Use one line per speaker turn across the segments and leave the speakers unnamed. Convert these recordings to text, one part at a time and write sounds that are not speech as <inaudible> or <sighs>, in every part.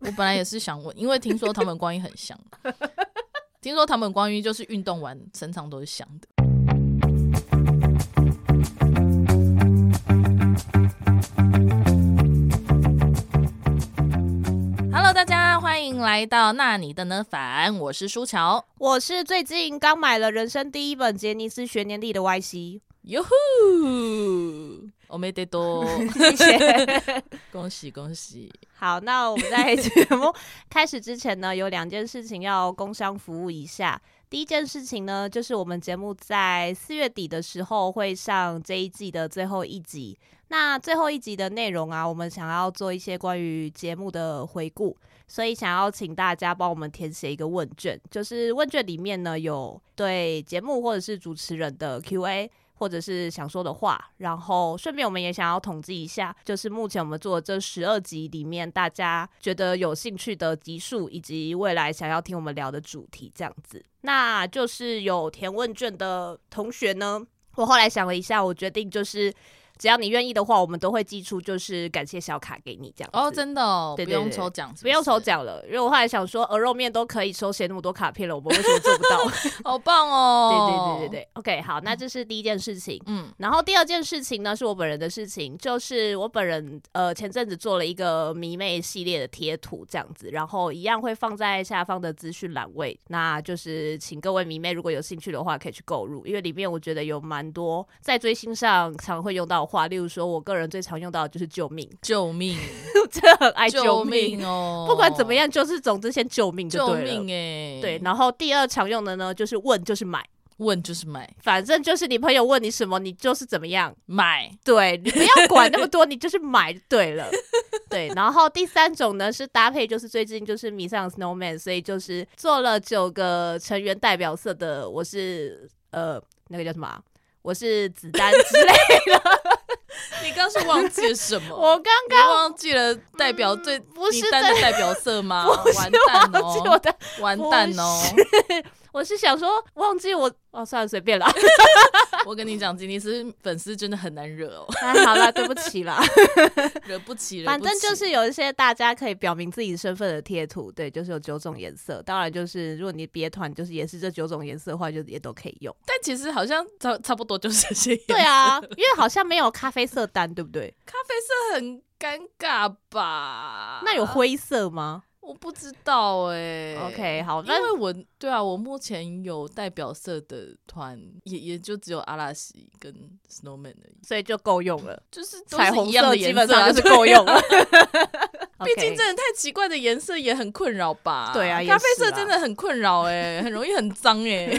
我本来也是想问，因为听说他们关于很像，听说他们关于就是运动完身上都是香的。Hello，大家欢迎来到那你的呢反，我是舒乔。
我是最近刚买了人生第一本杰尼斯学年历的 YC，
哟呼，我没得多，
<laughs> 谢谢。
恭喜恭喜！
好，那我们在节目开始之前呢，有两件事情要工商服务一下。第一件事情呢，就是我们节目在四月底的时候会上这一季的最后一集。那最后一集的内容啊，我们想要做一些关于节目的回顾，所以想要请大家帮我们填写一个问卷，就是问卷里面呢有对节目或者是主持人的 Q&A。或者是想说的话，然后顺便我们也想要统计一下，就是目前我们做的这十二集里面，大家觉得有兴趣的集数，以及未来想要听我们聊的主题，这样子。那就是有填问卷的同学呢，我后来想了一下，我决定就是只要你愿意的话，我们都会寄出就是感谢小卡给你这样子。
哦，真的哦，
对
不
对
用
对
抽奖，是
不
是
用抽，奖了，因为我后来想说鹅肉面都可以抽写那么多卡片了，我们为什么做不到？
好棒哦！
对对对对对，OK，好，那这是第一件事情。
嗯，
然后第二件事情呢，是我本人的事情，就是我本人呃前阵子做了一个迷妹系列的贴图，这样子，然后一样会放在下方的资讯栏位，那就是请各位迷妹如果有兴趣的话，可以去购入，因为里面我觉得有蛮多在追星上常会用到的话，例如说我个人最常用到的就是救命， <laughs>
救命，
我真的很爱
救
救命，
哦！
不管怎么，样，就是总之先救命就欸
救
对了。
命哎、
对，，然后第二常用的呢，就是问就是买，
问就是买，
反正就是你朋友问你什么，你就是怎么样，
买
对你不要管那么多，你就是买就对了。对，
<laughs>
然后第三种呢是搭配，就是最近就是迷上 Snowman，所以就是做了九个成员代表色的，我是呃那个叫什么啊、我是子丹之
<laughs>
类。
<laughs> 你刚是忘记了什么？
<laughs> 我刚
你忘记了
嗯
代表最、
不是
你单的代表色吗？
<laughs> 不是
完蛋
忘记我
哦，
的，
完蛋哦！
我是想说忘记我哦，算了，随便啦。啊
我跟你讲，吉尼斯粉丝真的很难惹哦，
<laughs> 哎，好啦，对不起啦。
惹不起，惹
反
不
正就
起
是有一些大家可以表明自己身份的贴图，对，就是有九种颜色。当然，就是如果你别团就是也是这九种颜色的话，就也都可以
<laughs>
用。
但其实好像差差不多就是这些。
对，啊，因为好像没有咖啡色单，对不对？
咖啡色很尴尬吧？
那有灰色吗哦
我不知道哎、
？OK，好，
因
那
为我对啊，我目前有代表色的团也也就只有阿拉西跟 Snowman 而已，
所以就够用了。
就是都是
彩虹
一样
色
的
基
颜
本
色啊
上就是够用。
对 <laughs>
了
啊
<laughs> OK
毕竟真的太奇怪的颜色也很困扰吧？
对啊也
咖啡色
是啦
真的很困扰哎、很容易很脏
<laughs>
哎、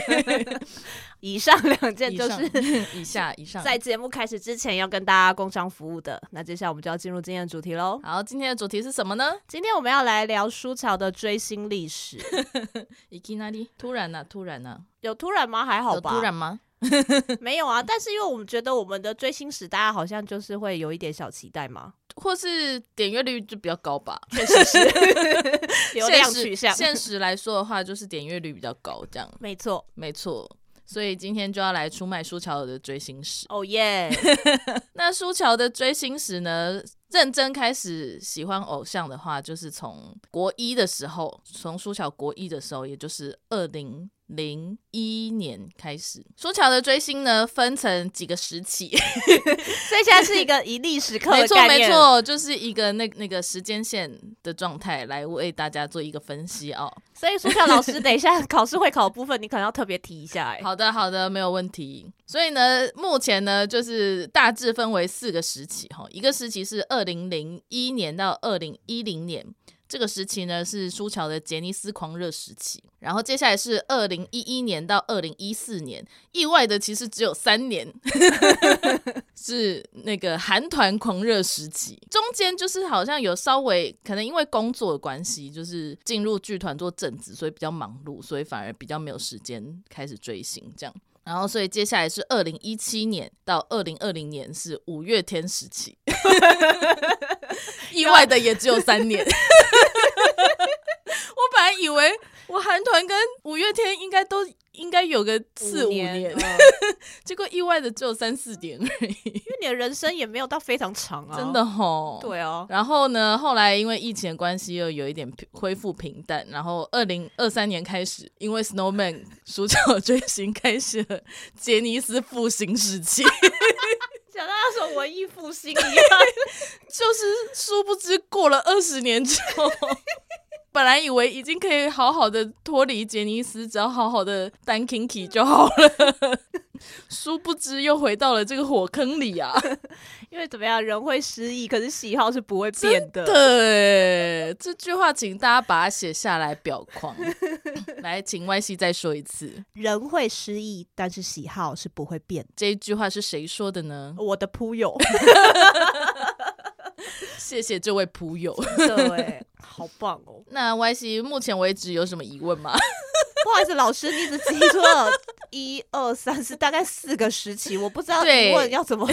以上两件
以
就
上
是
以下以上。
在节目开始之前要跟大家工商服务的。那接下来我们就要进入今天的主题喽。
好，今天的主题是什么呢？
今天我们要来聊舒乔的追星历史，
伊基那里突然呐、啊，突然呐、
有突然吗？还
啊，
好
有
吧，
突然吗？
<laughs> 没有啊。但是因为我们觉得我们的追星史，大家好像就是会有一点小期待嘛，
或是点阅率就比较高吧？
确实是
<laughs>
流量
现实
取向，
现实来说的话，就是点阅率比较高，这样
没错。
没错。所以今天就要来出卖舒乔的追星史。
哦耶！
那舒乔的追星史呢？认真开始喜欢偶像的话，就是从国一的时候，从舒乔国一的时候，也就是二零零一年开始。舒乔的追星呢，分成几个时
<laughs>
期，
所以现在是一个以历史课
没
的
错
概
没
念，
错，就是一个那那个时间线的状态来为大家做一个分析哦。
所以苏校老师，等一下考试会考的部分，你可能要特别提一下、哎，
好的，好的，没有问题。所以呢，目前呢，就是大致分为四个时期哈，一个时期是二零零一年到二零一零年。这个时期呢是舒乔的杰尼斯狂热时期，然后接下来是二零一一年到二零一四年，意外的其实只有三年，是那个韩团狂热时期，中间就是好像有稍微可能因为工作的关系，就是进入剧团做正职，所以比较忙碌，所以反而比较没有时间开始追星这样。然后，所以接下来是二零一七年到二零二零年是五月天时期，意外的也只有三年。我本来以为我韩团跟五月天应该都应该有个四五
年，
年，哦
呃
结果意外的只有三四年而已，
因为你的人生也没有到非常长啊，
真的，吼。。
对哦，
然后呢，后来因为疫情的关系，又有一点平恢复平淡。然后二零二三年开始，因为 Snowman 暑假追星开始了杰尼斯复兴时期，
讲到那种文艺复兴一样， <laughs>
就是殊不知过了二十年之后。本来以为已经可以好好的脱离杰尼斯，只要好好的当 Kinky 就好了，殊不知又回到了这个火坑里啊！
因为怎么样，人会失忆，可是喜好是不会变
<laughs>
的。
对，这句话请大家把它写下来表 <laughs> 框。来，请 Y C 再说一次，
人会失忆，但是喜好是不会变的。
这一句话是谁说的呢？
我的铺友，
谢谢这位仆友。
<laughs>
<laughs>
对，好棒哦！
那 Y C 目前为止有什么疑问吗？
不好意思，老师，你只记住了一二三四，大概四个时期，我不知道
对
你问要怎 <laughs> 么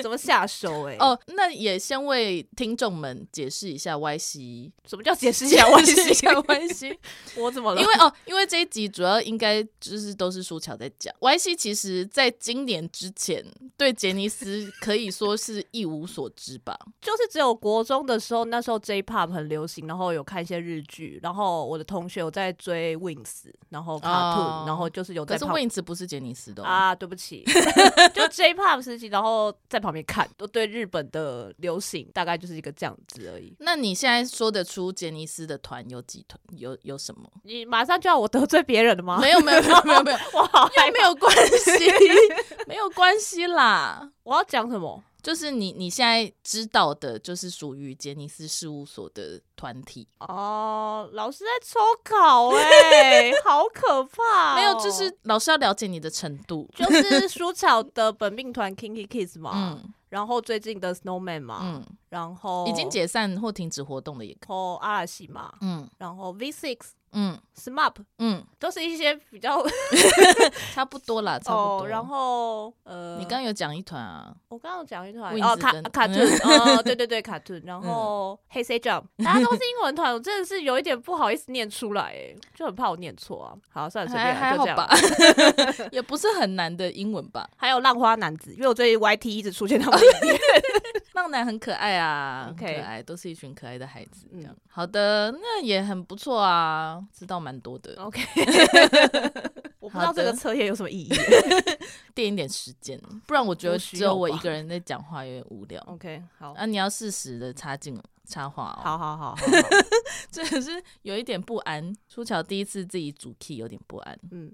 怎么下手哎、
哦，那也先为听众们解释一下 Y C，
什么叫解释一下？我
<laughs> 解释一 <laughs> 下 Y C。
我怎么 <laughs> 了？
因为哦，因为这一集主要应该就是都是舒乔在讲。Y C 其实在今年之前对杰尼斯可以说是一无所知 <laughs> 吧。
就是只有国中的时候，那时候 J-pop 很流行，然后有看一些日剧，然后我的同学有在追 Wings，然后 Cartoon，、
哦
然后就是有在
可是
旁
Wins 不是杰尼斯的、哦、
<laughs> 啊，对不起，就 J-pop 时期，然后在旁边看，都对日本的流行大概就是一个这样子而已。
那你现在说得出杰尼斯的团有几团？有有什么？
你马上就要我得罪别人了吗？ <laughs>
没有没有没有没有没有，
我好害
没有关
<laughs>
系，没有关系啦。
我要讲什么？
就是你你现在知道的，就是属于杰尼斯事务所的团体，
哦，老师在抽考 <laughs> 哎、好可怕哦、
没有，就是老师要了解你的程度。
就是舒巧的本命团 Kinky Kids 嘛，
嗯
然后最近的 Snowman 嘛，
嗯，
然后
已经，解散或停止活动的也可以。
然后阿拉西嘛，
嗯
然后 V Six、
嗯
SMAP
嗯，
都是一些比较
差不多啦，差不
哦
多。，
然后呃，
你刚刚有讲一团啊，
我刚刚有讲一团
Wings
哦，卡
跟
卡顿哦，对对对，卡顿，
嗯
然后黑 C Jump，大家都是英文团，我真的是有一点不好意思念出来，哎，就很怕我念错啊。好，算了，随
还
便
还
啊，就
好
这样
吧。， <laughs> 也不是很难的英文吧。
还有浪花男子，因为我最近 YT 一直出
<laughs>
现他们的影片，
浪男很可爱啊
OK
很可爱，都是一群可爱的孩子。这样
嗯
好的，那也很不错啊，知道蛮多的， <laughs>
OK，我不知
好
道这个
的
测验有什么意义。
垫一点时间，不然我觉得
不需
只
要
有我
吧
一个人在讲话有点无聊。
OK，好，
啊，你要适时的插进插话哦，
好好好好，好
<laughs> 真的是有一点不安。初乔第一次自己主 key 有点不安，
嗯，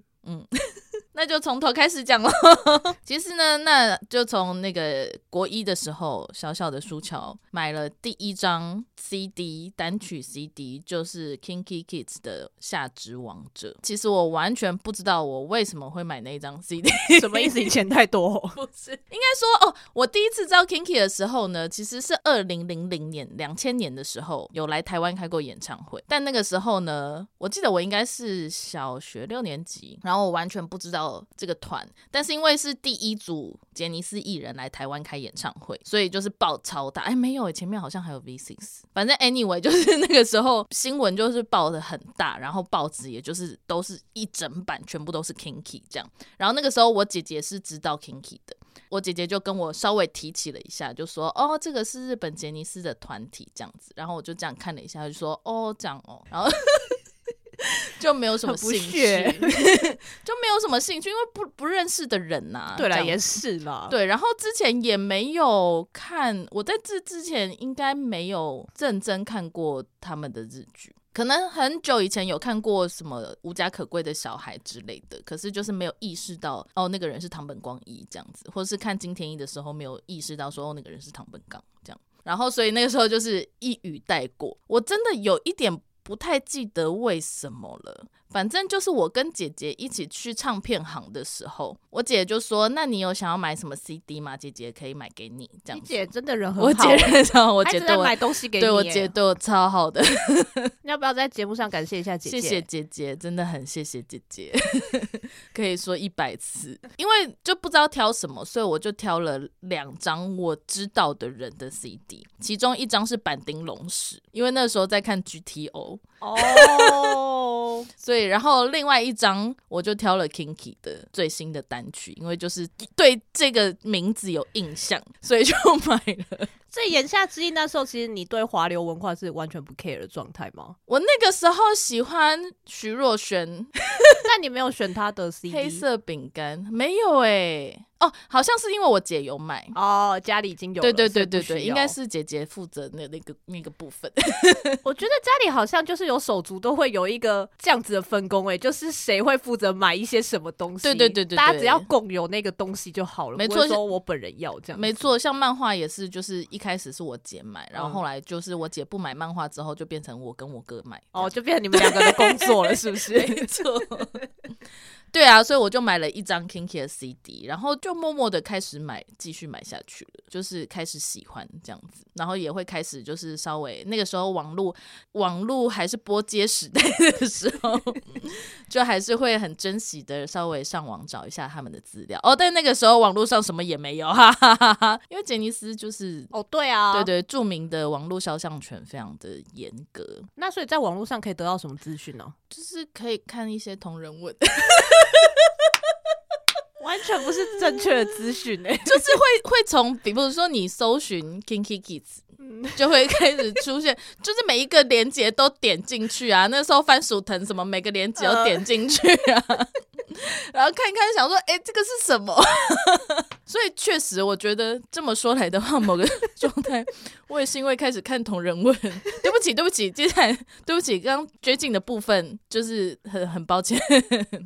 那就从头开始讲喽。 <laughs> 其实呢，那就从那个国一的时候，小小的舒乔买了第一张 CD 单曲 CD，就是 Kinky Kids 的《下之王者》。其实我完全不知道我为什么会买那一张 CD，
什么意思？以前太多，
不是，应该说哦，我第一次知道 Kinky 的时候呢，其实是二零零零年、两千年的时候有来台湾开过演唱会，但那个时候呢，我记得我应该是小学六年级，然后我完全不知道这个团，但是因为是第一组杰尼斯艺人来台湾开演唱会，所以就是爆超大，哎，没有，前面好像还有 V Six，反正 anyway <laughs> 就是那个时候新闻就是报的很大，然后报纸也就是都是一整版全部都是 Kinky 这样。然后那个时候我姐姐是知道 Kinky 的，我姐姐就跟我稍微提起了一下，就说哦，这个是日本杰尼斯的团体这样子。然后我就这样看了一下，就说哦，这样哦，然后 <laughs> 就没有什么
很不
兴趣，
屑
就没有什么兴趣，因为不不认识的人呐、
<laughs> 对
这
了，
样
也是啦，
对，然后之前也没有看，我在这之前应该没有认真看过他们的日剧，可能很久以前有看过什么《无家可归的小孩》之类的，可是就是没有意识到哦，那个人是唐本光一这样子，或是看金田一的时候没有意识到说哦，那个人是唐本刚这样。然后所以那个时候就是一语带过，我真的有一点不太记得为什么了。反正就是我跟姐姐一起去唱片行的时候，我姐就说：“那你有想要买什么 CD 吗？姐姐可以买给你。”这样
你
子
姐真的人很好
我姐
欸，
认识我
她一
姐
直
对
在
我
买东西给你欸，
对我姐对我超好的，
要不要在节目上感谢一下姐姐？
谢谢姐姐，真的很谢谢姐姐， <laughs> 可以说一百次，因为就不知道挑什么，所以我就挑了两张我知道的人的 CD，其中一张是板丁龙史，因为那时候在看 GTO，
哦，
所以，然后另外一张我就挑了 Kinky 的最新的单曲，因为就是对这个名字有印象，所以就 <laughs> 买了。
<laughs> 所以言下之意，那时候其实你对华流文化是完全不 care 的状态吗？ <laughs>
我那个时候喜欢徐若瑄
那你没有选他的 CD？
《黑色饼干》，没有哎、哦，好像是因为我姐有买。
哦，家里已经有
对
了，
对
所以
对
不
对
需
对，
要
应该。是姐姐负责那那个那个部分。
<laughs>
<laughs>
我觉得家里好像就是有手足都会有一个这样子的分工、欸，哎，就是谁会负责买一些什么东西？
对对对对对
大家只要共有那个东西就好了。
没
不
错
会说我本人要这样，
没。错，像漫画也是，就是一开始是我姐买，然后
嗯
后来就是我姐不买漫画之后，就变成我跟我哥买。
哦，就变成你们两个的工作了，是不 <laughs> 是？
没错。 <laughs> 对啊，所以我就买了一张 Kinky 的 CD，然后就默默的开始买，继续买下去了，就是开始喜欢这样子，然后也会开始就是稍微那个时候网络网络还是拨接时代的时候， <laughs> 就还是会很珍惜的稍微上网找一下他们的资料哦，但那个时候网络上什么也没有，哈哈哈哈，因为杰尼斯就是。
哦，对啊，
对。对，著名的网络肖像权非常的严格，
那所以在网络上可以得到什么资讯呢？
就是可以看一些同人文，
完全不是正确的资讯哎。
就是会会从，比如说你搜寻 Kinky Kids，就会开始出现，就是每一个连接都点进去啊。那时候番薯藤什么，每个连接都点进去啊， <laughs> 然后看一看，想说，哎、这个是什么？ <laughs> 所以确实，我觉得这么说来的话，某个状态，我也是因为开始看同人文。 <laughs> 对不起，对不起，接下来对不起，刚刚掘井的部分就是很很抱歉。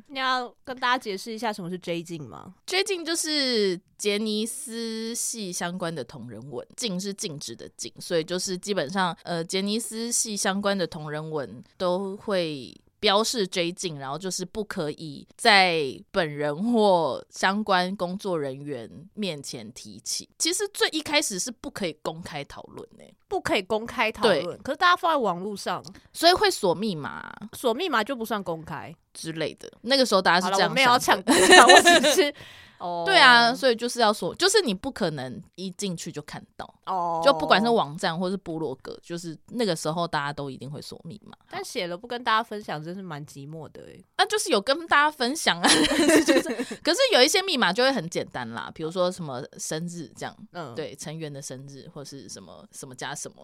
你要跟大家解释一下什么是 J 镜吗？
最近就是杰尼斯系相关的同人文，禁是禁止的禁，所以就是基本上呃杰尼斯系相关的同人文都会。标示追禁，然后就是不可以在本人或相关工作人员面前提起。其实最一开始是不可以公开讨论欸的、
不可以公开讨
对
论，可是大家放在网络上，
所以会锁密码
锁密码就不算公开。
之类的。那个时候大家
好
啊是
了，
这样
我没有要
想
抢
的
公开，我只
<laughs>
是哦，
对啊，，所以就是要锁，就是你不可能一进去就看到。
哦，
就不管是，网站或是部落格，就是那个时候大家都一定会锁密码。
但写了不跟大家分享，真是蛮寂寞的欸
那、就是有跟大家分享啊， <laughs> 就是可是有一些密码就会很简单啦，比如说什么生日这样，
嗯， <laughs>
对成员的生日或是什么什么加什么，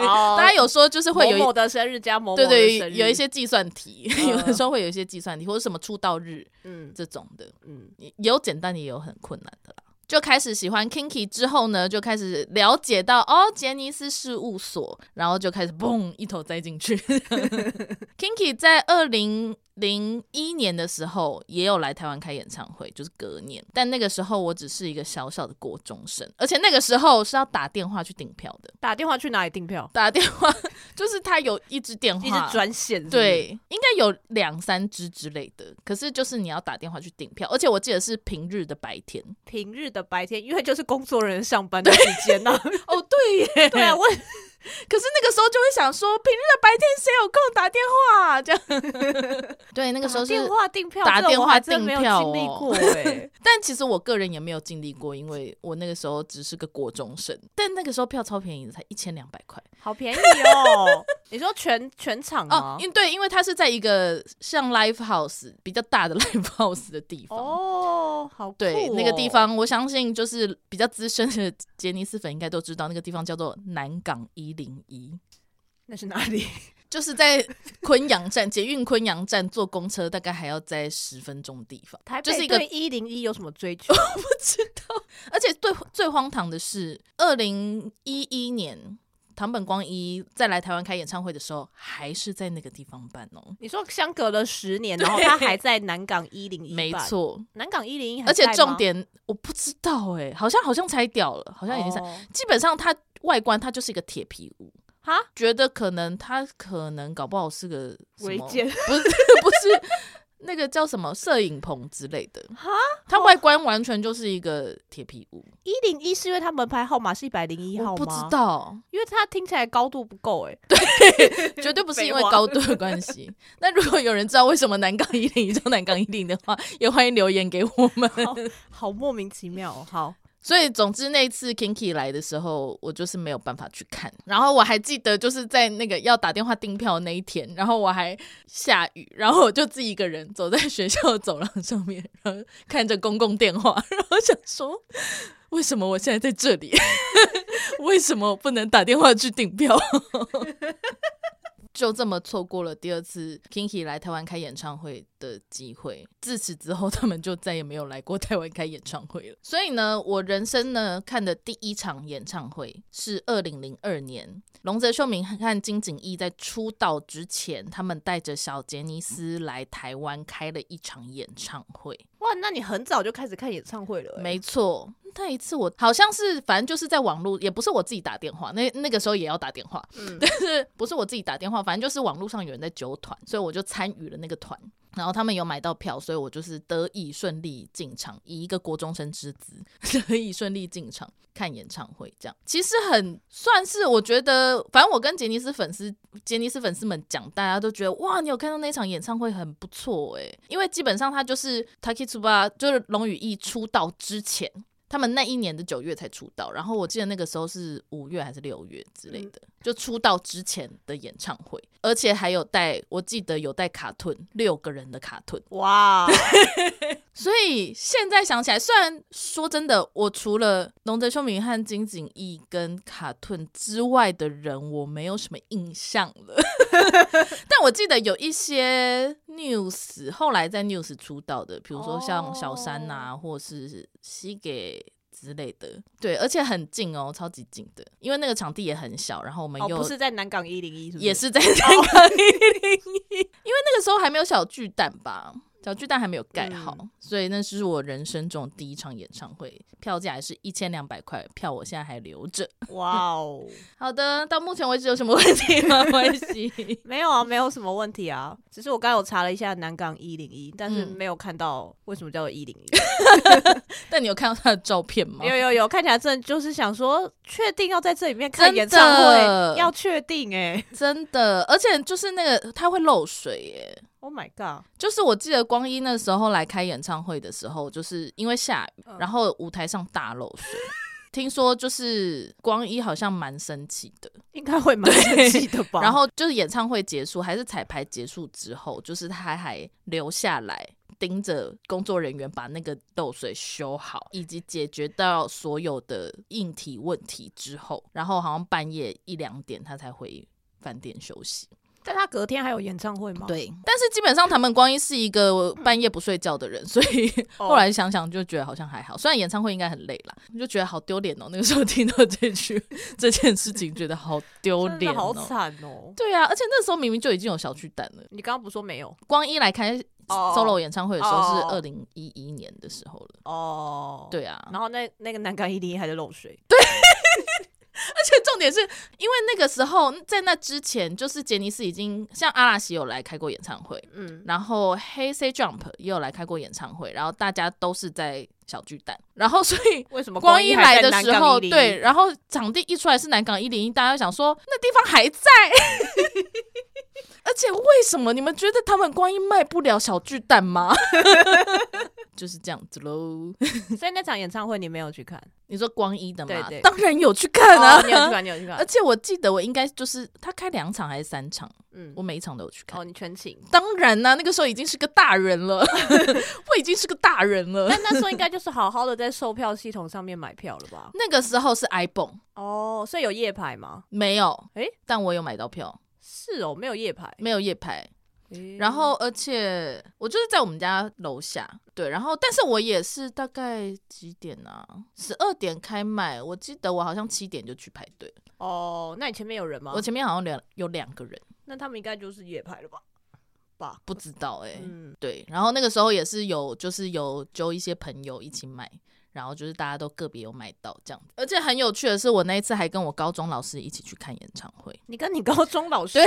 哦，
大家有说就是会有一
某某的生日加某某
对
的
对
生日
有一些计算题，
嗯
<laughs> 有的时候会有一些计算题或者什么出道日
嗯
这种的，
嗯，
也也有简单也有很困难的啦。就开始喜欢 Kinky 之后呢，就开始了解到哦，杰尼斯事务所，然后就开始嘣一头栽进去。Kinky 在二零零一年的时候也有来台湾开演唱会，就是隔年，但那个时候我只是一个小小的国中生，而且那个时候是要打电话去订票的，
打电话去哪里订票？
打电话 <laughs> 就是他有一支电话
一直转线是不是，
对，应该有两三只之类的。可是就是你要打电话去订票，而且我记得是平日的白天。
平日的白天，因为就是工作人员上班的时间呐。
哦， <laughs> 对耶，
对啊，我
可是那个时候就会想说，平日的白天谁有空打电话、啊？这样。 <laughs> 对，那个时候
打
是
电话订票，
打
这
电
我
话
还真没有
订票
经历
哦
过哎。
但其实我个人也没有经历过，因为我那个时候只是个国中生。但那个时候票超便宜的，才一千两百块
好便宜哦！你说全全场
哦
吗。？
因对，因为它是在一个像 live house 比较大的 <laughs> live house 的地方。
哦，好酷哦
对，那个地方，我相信就是比较资深的杰尼斯粉应该都知道，那个地方叫做南港一零一，
那是哪里？
就是在
<laughs>
昆阳站捷运昆阳站坐公车大概还要在十分钟的地方，
台
就是
北
一个
对一零一有什么追
<laughs>
求？
而且最最荒唐的是，二零一一年唐本光一再来台湾开演唱会的时候，还是在那个地方办哦，
你说相隔了十年，然后他还在南港一零一，
没，错，
南港一零一，
而且重点我不知道哎、好像好像拆掉了，好
好
像已经拆，
哦、
基本上它外观它就是一个铁皮屋。
哈
觉得可能他可能搞不好是个什么
违建
不是 <laughs> 不是那个叫什么摄影棚之类的，
哈，
它外观完全就是一个铁皮屋，
一零一是因为他门牌号码是一百零一号吗？
我不知，道，
因为它听起来高度不够哎、
绝 <laughs> 对不是因为
废话
高度的关系。 <laughs> 那如果有人知道为什么南港一
<laughs>
零一叫南港一零的话，也欢迎留言给我们。
好莫名其妙、哦。好，
所以总之那次 Kinky 来的时候，我就是没有办法去看。然后我还记得就是在那个要打电话订票的那一天，然后我还下雨，然后我就自己一个人走在学校的走廊上面，然后看着公共电话，然后想说。为什么我现在在这里？ <laughs> 为什么我不能打电话去订票？就这么错过了第二次 Kinky 来台湾开演唱会的机会。自此之后， <laughs> 他们就再也没有来过台湾开演唱会了。所以呢，我人生呢看的第一场演唱会是二零零二年，龙泽秀明和金景逸在出道之前，他们带着小杰尼斯来台湾开了一场演唱会。
哇，那你很早就开始看演唱会了、欸？
没错，那一次我好像是，反正就是在网络，也不是我自己打电话，那那个时候也要打电话，
嗯
但是不是我自己打电话，反正就是网络上有人在揪团，所以我就参与了那个团。然后他们有买到票，所以我就是得以顺利进场，以一个国中生之姿 <laughs> 得以顺利进场看演唱会。这样其实很算是我觉得，反正我跟杰尼斯粉丝、杰尼斯粉丝们讲，大家都觉得哇，你有看到那场演唱会很不错诶，因为基本上他就是 Takitsuba，就是龙羽翼出道之前。他们那一年的九月才出道，然后我记得那个时候是五月还是六月之类的，就出道之前的演唱会，而且还有带，我记得有带卡顿六个人的卡顿，
哇，
所以现在想起来，虽然说真的，我除了龙泽秀明和金景逸跟卡顿之外的人，我没有什么印象了。 <laughs> 但我记得有一些 news 后来在 news 出道的，比如说像小
哦
山呐、或是西给。之类的，对，而且很近哦，超级近的，因为那个场地也很小，然后我们
哦，
又、
不是在南港一零一，是不哦
也是在三个一零一， <laughs> 因为那个时候还没有小巨蛋吧，小巨蛋还没有盖
嗯
好，所以那是我人生中第一场演唱会，票价也是一千两百块，票我现在还留着。
<laughs> 哇哦，
好的，到目前为止有什么问题吗？ <laughs> 关系
没有
<laughs>
啊，没有什么问题啊。只是我刚才有查了一下南港一零一，但是
嗯
没有看到为什么叫做一零一。
<laughs> 但你有看到他的照片吗？
有有有，看起来真的就是想说，确定要在这里面
真
看
的
演唱会，要确定哎、
真的，而且就是那个它会漏水耶。
<laughs> Oh my god！
<laughs> 就是我记得光一那时候来开演唱会的时候，就是因为下雨，
嗯
然后舞台上大漏水。 <laughs> 听说就是光一好像蛮生气的，
应该会蛮生气的吧？
然后就是演唱会结束还是彩排结束之后，就是他还留下来盯着工作人员把那个漏水修好，以及解决到所有的硬体问题之后，然后好像半夜一两点他才回饭店休息。
但他隔天还有演唱会吗？，
对，但是基本上他们光一是一个半夜不睡觉的人，所以
哦
后来想想就觉得好像还好。虽然演唱会应该很累啦，我就觉得好丢脸哦。那个时候听到这句 <laughs> 这件事情，觉得好丢
真
脸
的好
哦。
惨哦。
对啊，而且那时候明明就已经有小巨蛋了。
你刚刚不说没有
光一来开
哦
solo 演唱会的时候是
哦
二零一一年的时候了。
哦？，
对啊，
然后那那个南港一零一还在漏水，
而且重点是因为那个时候在那之前，就是杰尼斯已经像阿拉西有来开过演唱会，
嗯，
然后黑 C Jump 也有来开过演唱会，然后大家都是在小巨蛋，然后所以。
为什么
光
一
一来的
还在
时
南
候，
港101
对，，然后场地一出来是南港一零一，大家就想说那地方还在， <laughs> 而且为什么你们觉得他们光一卖不了小巨蛋吗？ <laughs> 就是这样子喽。
所以那场演唱会你没有去看？
你说光一的吗？
对对
当然有去看啊，
哦你有去看，你有去
<laughs> 而
看，
且我记得我应该就是他开两场还是三场，
嗯
我，每一场都有去看。
哦，你全勤。
当然啊啦、那个时候已经是个大人了，
<laughs>
我已经是个大人了。？
但那时候应该就是好好的在售票系统上面买票了吧
那个时候是 iPhone
<laughs> 哦，所以有夜排吗？
没有，
诶
但我有买到票，
是哦，没有夜排。
没有夜排。
诶
然后，而且我就是在我们家楼下，对，然后，但是我也是大概几点啊？十二点开卖，我记得我好像七点就去排队，
哦，那你前面有人吗？
我前面好像两有两个人，
那他们应该就是夜排了吧？吧，
不知道哎、
嗯，
对，然后那个时候也是有，就是有揪一些朋友一起买，然后就是大家都个别有买到这样子。而且很有趣的是，我那一次还跟我高中老师一起去看演唱会，
你跟你高中老师，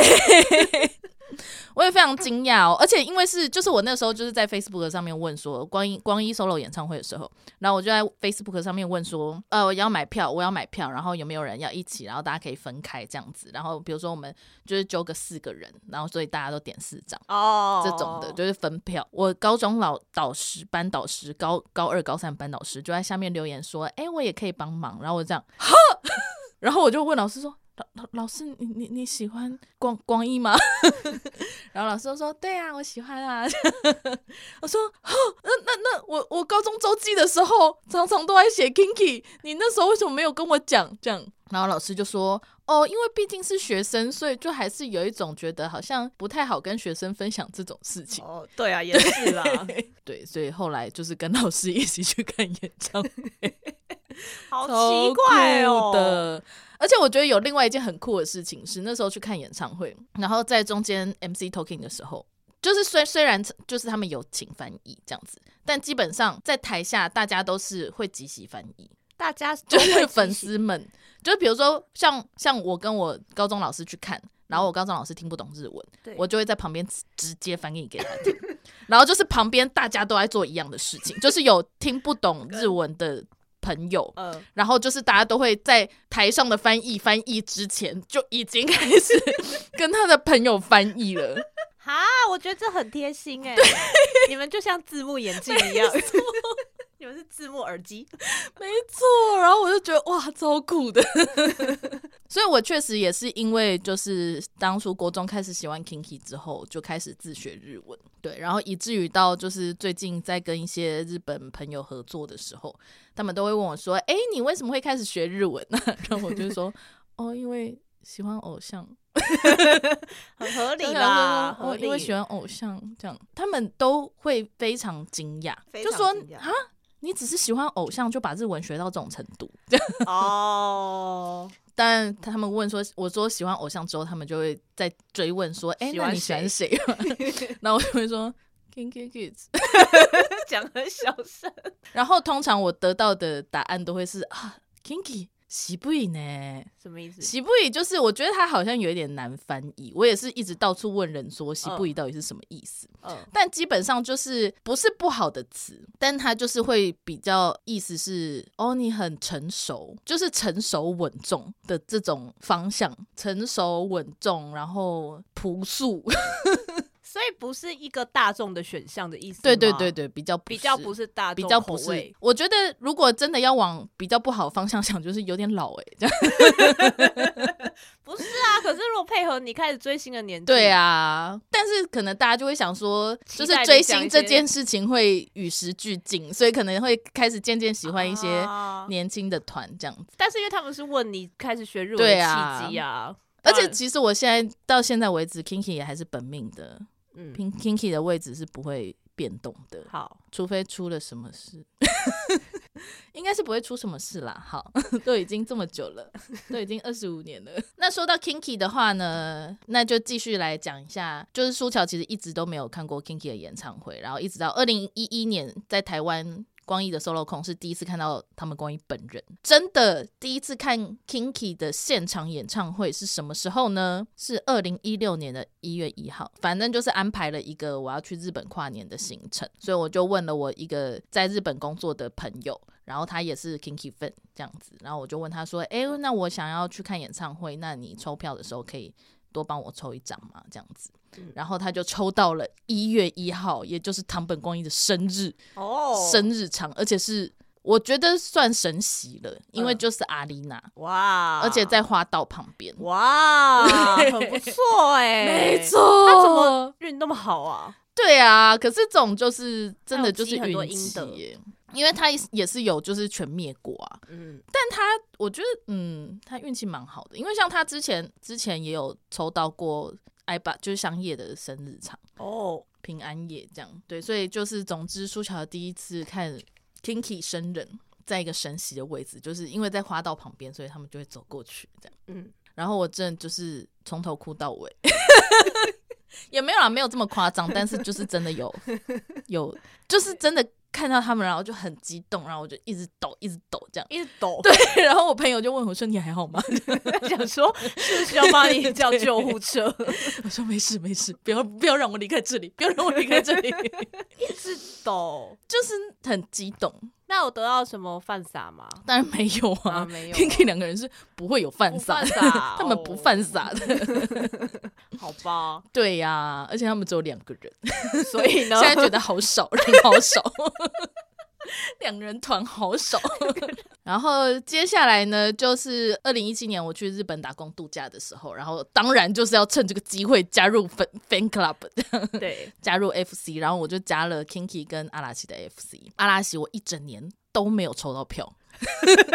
我也非常惊讶哦，而且因为是就是我那时候就是在 Facebook 上面问说，光一光一 solo 演唱会的时候，然后我就在 Facebook 上面问说，呃，我要买票，我要买票，然后有没有人要一起，然后大家可以分开这样子，然后比如说我们就是揪个四个人，然后所以大家都点四张。
<laughs> 哦
这种的，就是分票。我高中老导师、班导师、高高二、高三班导师就在下面留言说：“哎、我也可以帮忙。”然后我这样，哈， <laughs> 然后我就问老师说：“老老老师，你你你喜欢光光一吗？” <laughs> 然后老师就说：“对啊，我喜欢啊。” <laughs> 我说：“哦，那那那我我高中周记的时候，常常都在写 Kinky，你那时候为什么没有跟我讲？”这样，然后老师就说：“哦，因为毕竟是学生，所以就还是有一种觉得好像不太好跟学生分享这种事情。”
哦，对啊，也是 <laughs> 啦，
对，所以后来就是跟老师一 <laughs> 起去看演唱会，
好
超
奇怪哦
酷的。而且我觉得有另外一件很酷的事情是，那时候去看演唱会，然后在中间 MC talking 的时候，就是虽虽然就是他们有请翻译这样子，但基本上在台下大家都是会即席翻译，
大家都
就
哦会
是粉
提
丝们，就是比如说像像我跟我高中老师去看，然后我高中老师听不懂日文，
对
我就会在旁边直直接翻译给他听， <laughs> 然后就是旁边大家都在做一样的事情，就是有听不懂日文的朋友。
呃，
然后就是大家都会在台上的翻译翻译之前就已经开始跟他的朋友翻译了，
哈，我觉得这很贴心哎、你们就像字幕眼镜一 <laughs> 样，你们是字幕耳机，
没错。然后我就觉得哇，超酷的。 <laughs> 所以我确实也是因为就是当初国中开始喜欢 Kinky 之后，就开始自学日文，对，然后以至于到就是最近在跟一些日本朋友合作的时候，他们都会问我说：“哎、你为什么会开始学日文呢、 <laughs> 然后我就说：“哦，因为喜欢偶像。”
很合理
对
啦，
我
合
因为
理 <laughs>
喜。欢偶像这样，他们都会非常惊讶，
非
就
常
说
惊讶
啊，你只是喜欢偶像就把日文学到这种程度。
哦，
但他们问说，我说喜欢偶像之后，他们就会再追问说，哎、
喜
那
欢
你喜欢谁？ <laughs> 然后我就会说 Kinky Kids。
<laughs> 讲很小声，
然后通常我得到的答案都会是啊，Kinky。喜不以呢？
什么意思？
喜不以就是我觉得他好像有一点难翻译，我也是一直到处问人说喜不以到底是什么意思。
嗯，
但基本上就是不是不好的词，但它就是会比较意思是哦，你很成熟，就是成熟稳重的这种方向，成熟稳重，然后朴素，
所以不是一个大众的选项的意思吗。
对对对对，比较不
比较
是
不是大
比
众
较
口
不是
味，，
我觉得如果真的要往比较不好的方向想，就是有点老哎、欸，这
啊
样
不是啊。可是如果配合你开始追星的年纪，
对，啊。但是可能大家就会想说，
期
就是
待你
追
讲
星
一
这
些
件事情会与时俱进，所以可能会开始渐渐喜欢一些
啊
年轻的团这样子。
但是因为他们是问你开始学日文的
对啊
契机啊，
而
当
且
然
其实我现在到现在为止，Kinky 也还是本命的
嗯，
，Pin-，Kinky 的位置是不会变动的，
好，
除非出了什么事， <laughs> 应该是不会出什么事啦。好， <laughs> 都已经这么久了， <laughs> 都已经二十五年了。那说到 Kinky 的话呢，那就继续来讲一下，就是舒乔其实一直都没有看过 Kinky 的演唱会，然后一直到二零一一年在台湾。光一的 solo 控是第一次看到他们光一本人，真的第一次看 Kinky 的现场演唱会是什么时候呢？是二零一六年的一月一号，反正就是安排了一个我要去日本跨年的行程，所以我就问了我一个在日本工作的朋友，然后他也是 Kinky fan 这样子，然后我就问他说：“诶，那我想要去看演唱会，那你抽票的时候可以多帮我抽一张吗？”这样子
嗯，
然后他就抽到了一月一号，也就是唐本光一的生日。
哦，
生日场，而且是我觉得算神奇了，因为
嗯
就是阿丽娜，
哇，
而且在花道旁边。
哇，很不错哎、
<laughs> 没错，，
他怎么运那么好啊？
对啊？可是这种就是真
他
的
有
就是
积很多
运
阴
气
德
耶，因为他也是有就是全灭过啊。
嗯，
但他我觉得嗯，他运气蛮好的，因为像他之前之前也有抽到过艾巴，就是香叶的生日场。
哦，
平安夜这样。对，所以就是总之，舒乔第一次看 Kinky 生人，在一个神奇的位置，就是因为在花道旁边，所以他们就会走过去这样。
嗯，
然后我真的就是从头哭到尾， <laughs> 也没有啦，没有这么夸张，但是就是真的有有，就是真的。看到他们，然后就很激动，然后我就一直抖，一直抖这样。
一直
<laughs>
抖，
对，然后我朋友就问我说：“你还好吗
<laughs> 想说是不是要帮你叫救护车？？”
我说：“没事，没事，不要不要让我离开这里，不要让我离开这里。
一直抖。”
就是很激动，
那我得到什么犯傻吗？
当然没有
啊，
啊。
没有，
Kinky 两个人是不会有犯
不
傻
犯
的，
傻哦
他们不犯傻的。
好吧。
对呀、而且他们只有两个人，
所以呢
现，在觉得好少，人好少， <laughs> 两人团好少。 <laughs> 然后接下来呢，就是二零一七年我去日本打工度假的时候，然后当然就是要趁这个机会加入 fan fan club，
<laughs> 对，
加入 FC，然后我就加了 Kinky 跟阿拉西的 FC。阿拉西我一整年都没有抽到票。 <laughs>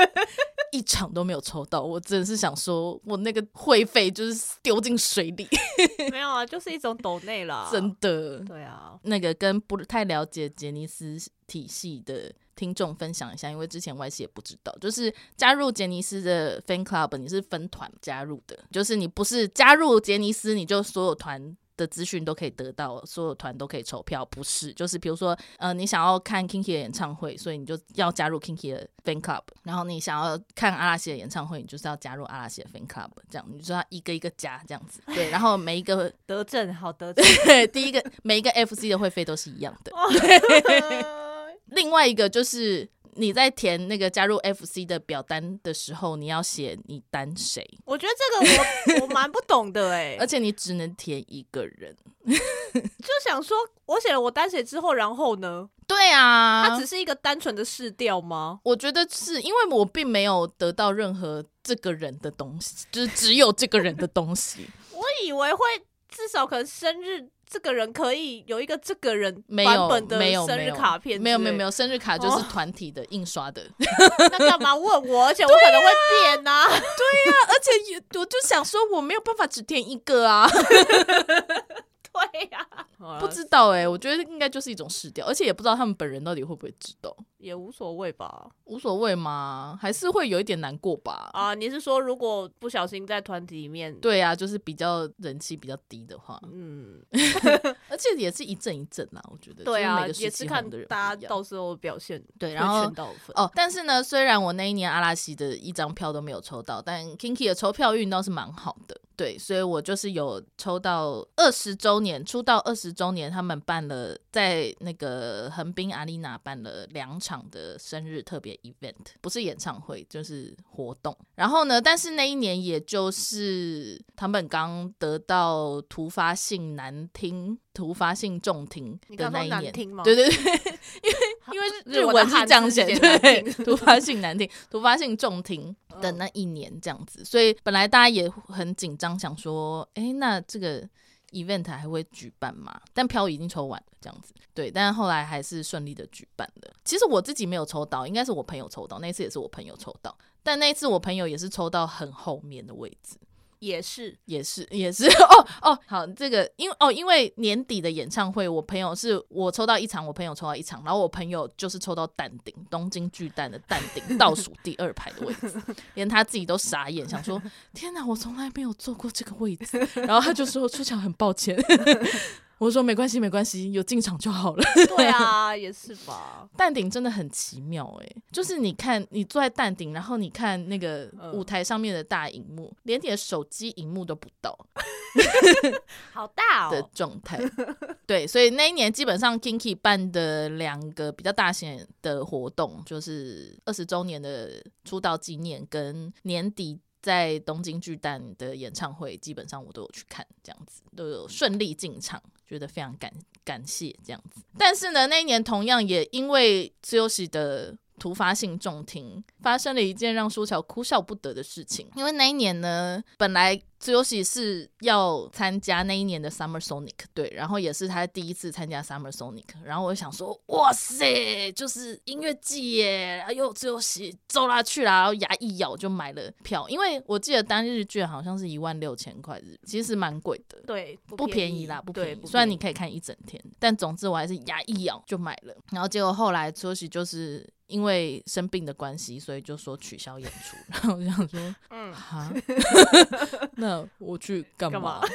一场都没有抽到，我真的是想说，我那个会费就是丢进水里，
没有啊，就是一种抖内啦，
真的。
对啊，
那个跟不太了解杰尼斯体系的听众分享一下，因为之前 Y 系也不知道，就是加入杰尼斯的 fan club，你是分团加入的，就是你不是加入杰尼斯，你就所有团。的资讯都可以得到，所有团都可以抽票，不是？就是比如说，呃，你想要看 Kinky 的演唱会，所以你就要加入 Kinky 的 fan club；然后你想要看阿拉西的演唱会，你就是要加入阿拉西的 fan club。这样，你就要一个一个加这样子。对，然后每一个 <laughs>
德政好德 <laughs> 政，
对，第一个每一个 FC 的会费都是一样的。另外一个就是你在填那个加入 FC 的表单的时候，你要写你单谁，
我觉得这个我我蛮不懂的 <laughs> 哎、
而且你只能填一个人。
就想说我写了我单写之后，然后呢，
对啊，
它只是一个单纯的试调吗？
我觉得是因为我并没有得到任何这个人的东西，就是只有这个人的东 <laughs> 西。
我以为会至少可能生日这个人可以有一个这个人
没
版
有
本，的
没有，
生
没
日
有
卡片，
没有，没有，没
有，
有，生日卡就是
哦
团体的印刷的。
<laughs> 那干嘛问我？而且我可能会变啊呐、
<laughs> 而且也，我就想说，我没有办法只填一个啊。
<laughs> 对呀、啊，
不知道哎、我觉得应该就是一种试调，而且也不知道他们本人到底会不会知道，
也无所谓吧。
无所谓吗？还是会有一点难过吧。
啊，你是说如果不小心在团体里面，
对啊，就是比较人气比较低的话，
嗯，
而且也是一阵一阵啊，我觉得。就
对
是每
啊，
个
也
时
是
期
看
红的人
大
不一
家
样
到时候表现，
对，
会
然后
全到分。
哦，但是呢，虽然我那一年阿拉西的一张票都没有抽到，但 Kinky 的抽票运倒是蛮好的。对，所以我就是有抽到二十周年出道二十周年，他们办了在那个横滨阿丽娜办了两场的生日特别 event，不是演唱会就是活动。然后呢，但是那一年也就是唐本刚得到突发性难听、突发性重听
你
的
刚
那
说
一
难
年，
听吗
对对对，因为
日
日
文
文
的
是
汉
这样
字
写，
写难
对
听，
<laughs> 突发性难听，突发性重听的
嗯
那一年这样子，所以本来大家也很紧张，想说，诶，那这个 event 还会举办吗？但票已经抽完了，这样子，对，但后来还是顺利的举办了。其实我自己没有抽到，应该是我朋友抽到，那一次也是我朋友抽到，但那一次我朋友也是抽到很后面的位置。<laughs>
也是
也是也是哦哦，好，这个因为哦，因为年底的演唱会，我朋友是我抽到一场，我朋友抽到一场，然后我朋友就是抽到淡定东京巨蛋的淡定倒数第二排的位置，连他自己都傻眼，想说天哪，我从来没有坐过这个位置，然后他就说出场很抱歉， <laughs> 我说没关系没关系，有进场就好了。 <laughs>
对啊，也是吧。
淡顶真的很奇妙哎、就是你看你坐在淡顶，然后你看那个
嗯
舞台上面的大荧幕，连你的手机荧幕都不到。
好大
的
哦，
状态。对，所以那一年基本上 Kinky 办的两个比较大型的活动，就是二十周年的出道纪念跟年底。在东京巨蛋的演唱会，基本上我都有去看，这样子都有顺利进场，觉得非常感感谢这样子。但是呢，那一年同样也因为 z o s i 的突发性中听，发生了一件让舒乔哭笑不得的事情。因为那一年呢，本来 z o s i 是要参加那一年的 Summer Sonic，对，然后也是他第一次参加 Summer Sonic，然后我就想说，哇塞，就是音乐季耶，哎呦 z o s i 走啦去啦，然后牙一咬就买了票，因为我记得单日券好像是一万六千块日币，其实蛮贵的。
对，
不
不
便
宜
宜啦，不
对
便宜。
不
虽然你
便宜
可以看一整天，但总之我还是牙一咬就买了。然后结果后来 s u 就是。因为生病的关系，所以就说取消演出。 <laughs> 然后我就想说，
嗯，
哈， <laughs> 那我去干
干
嘛 <laughs>
嘛？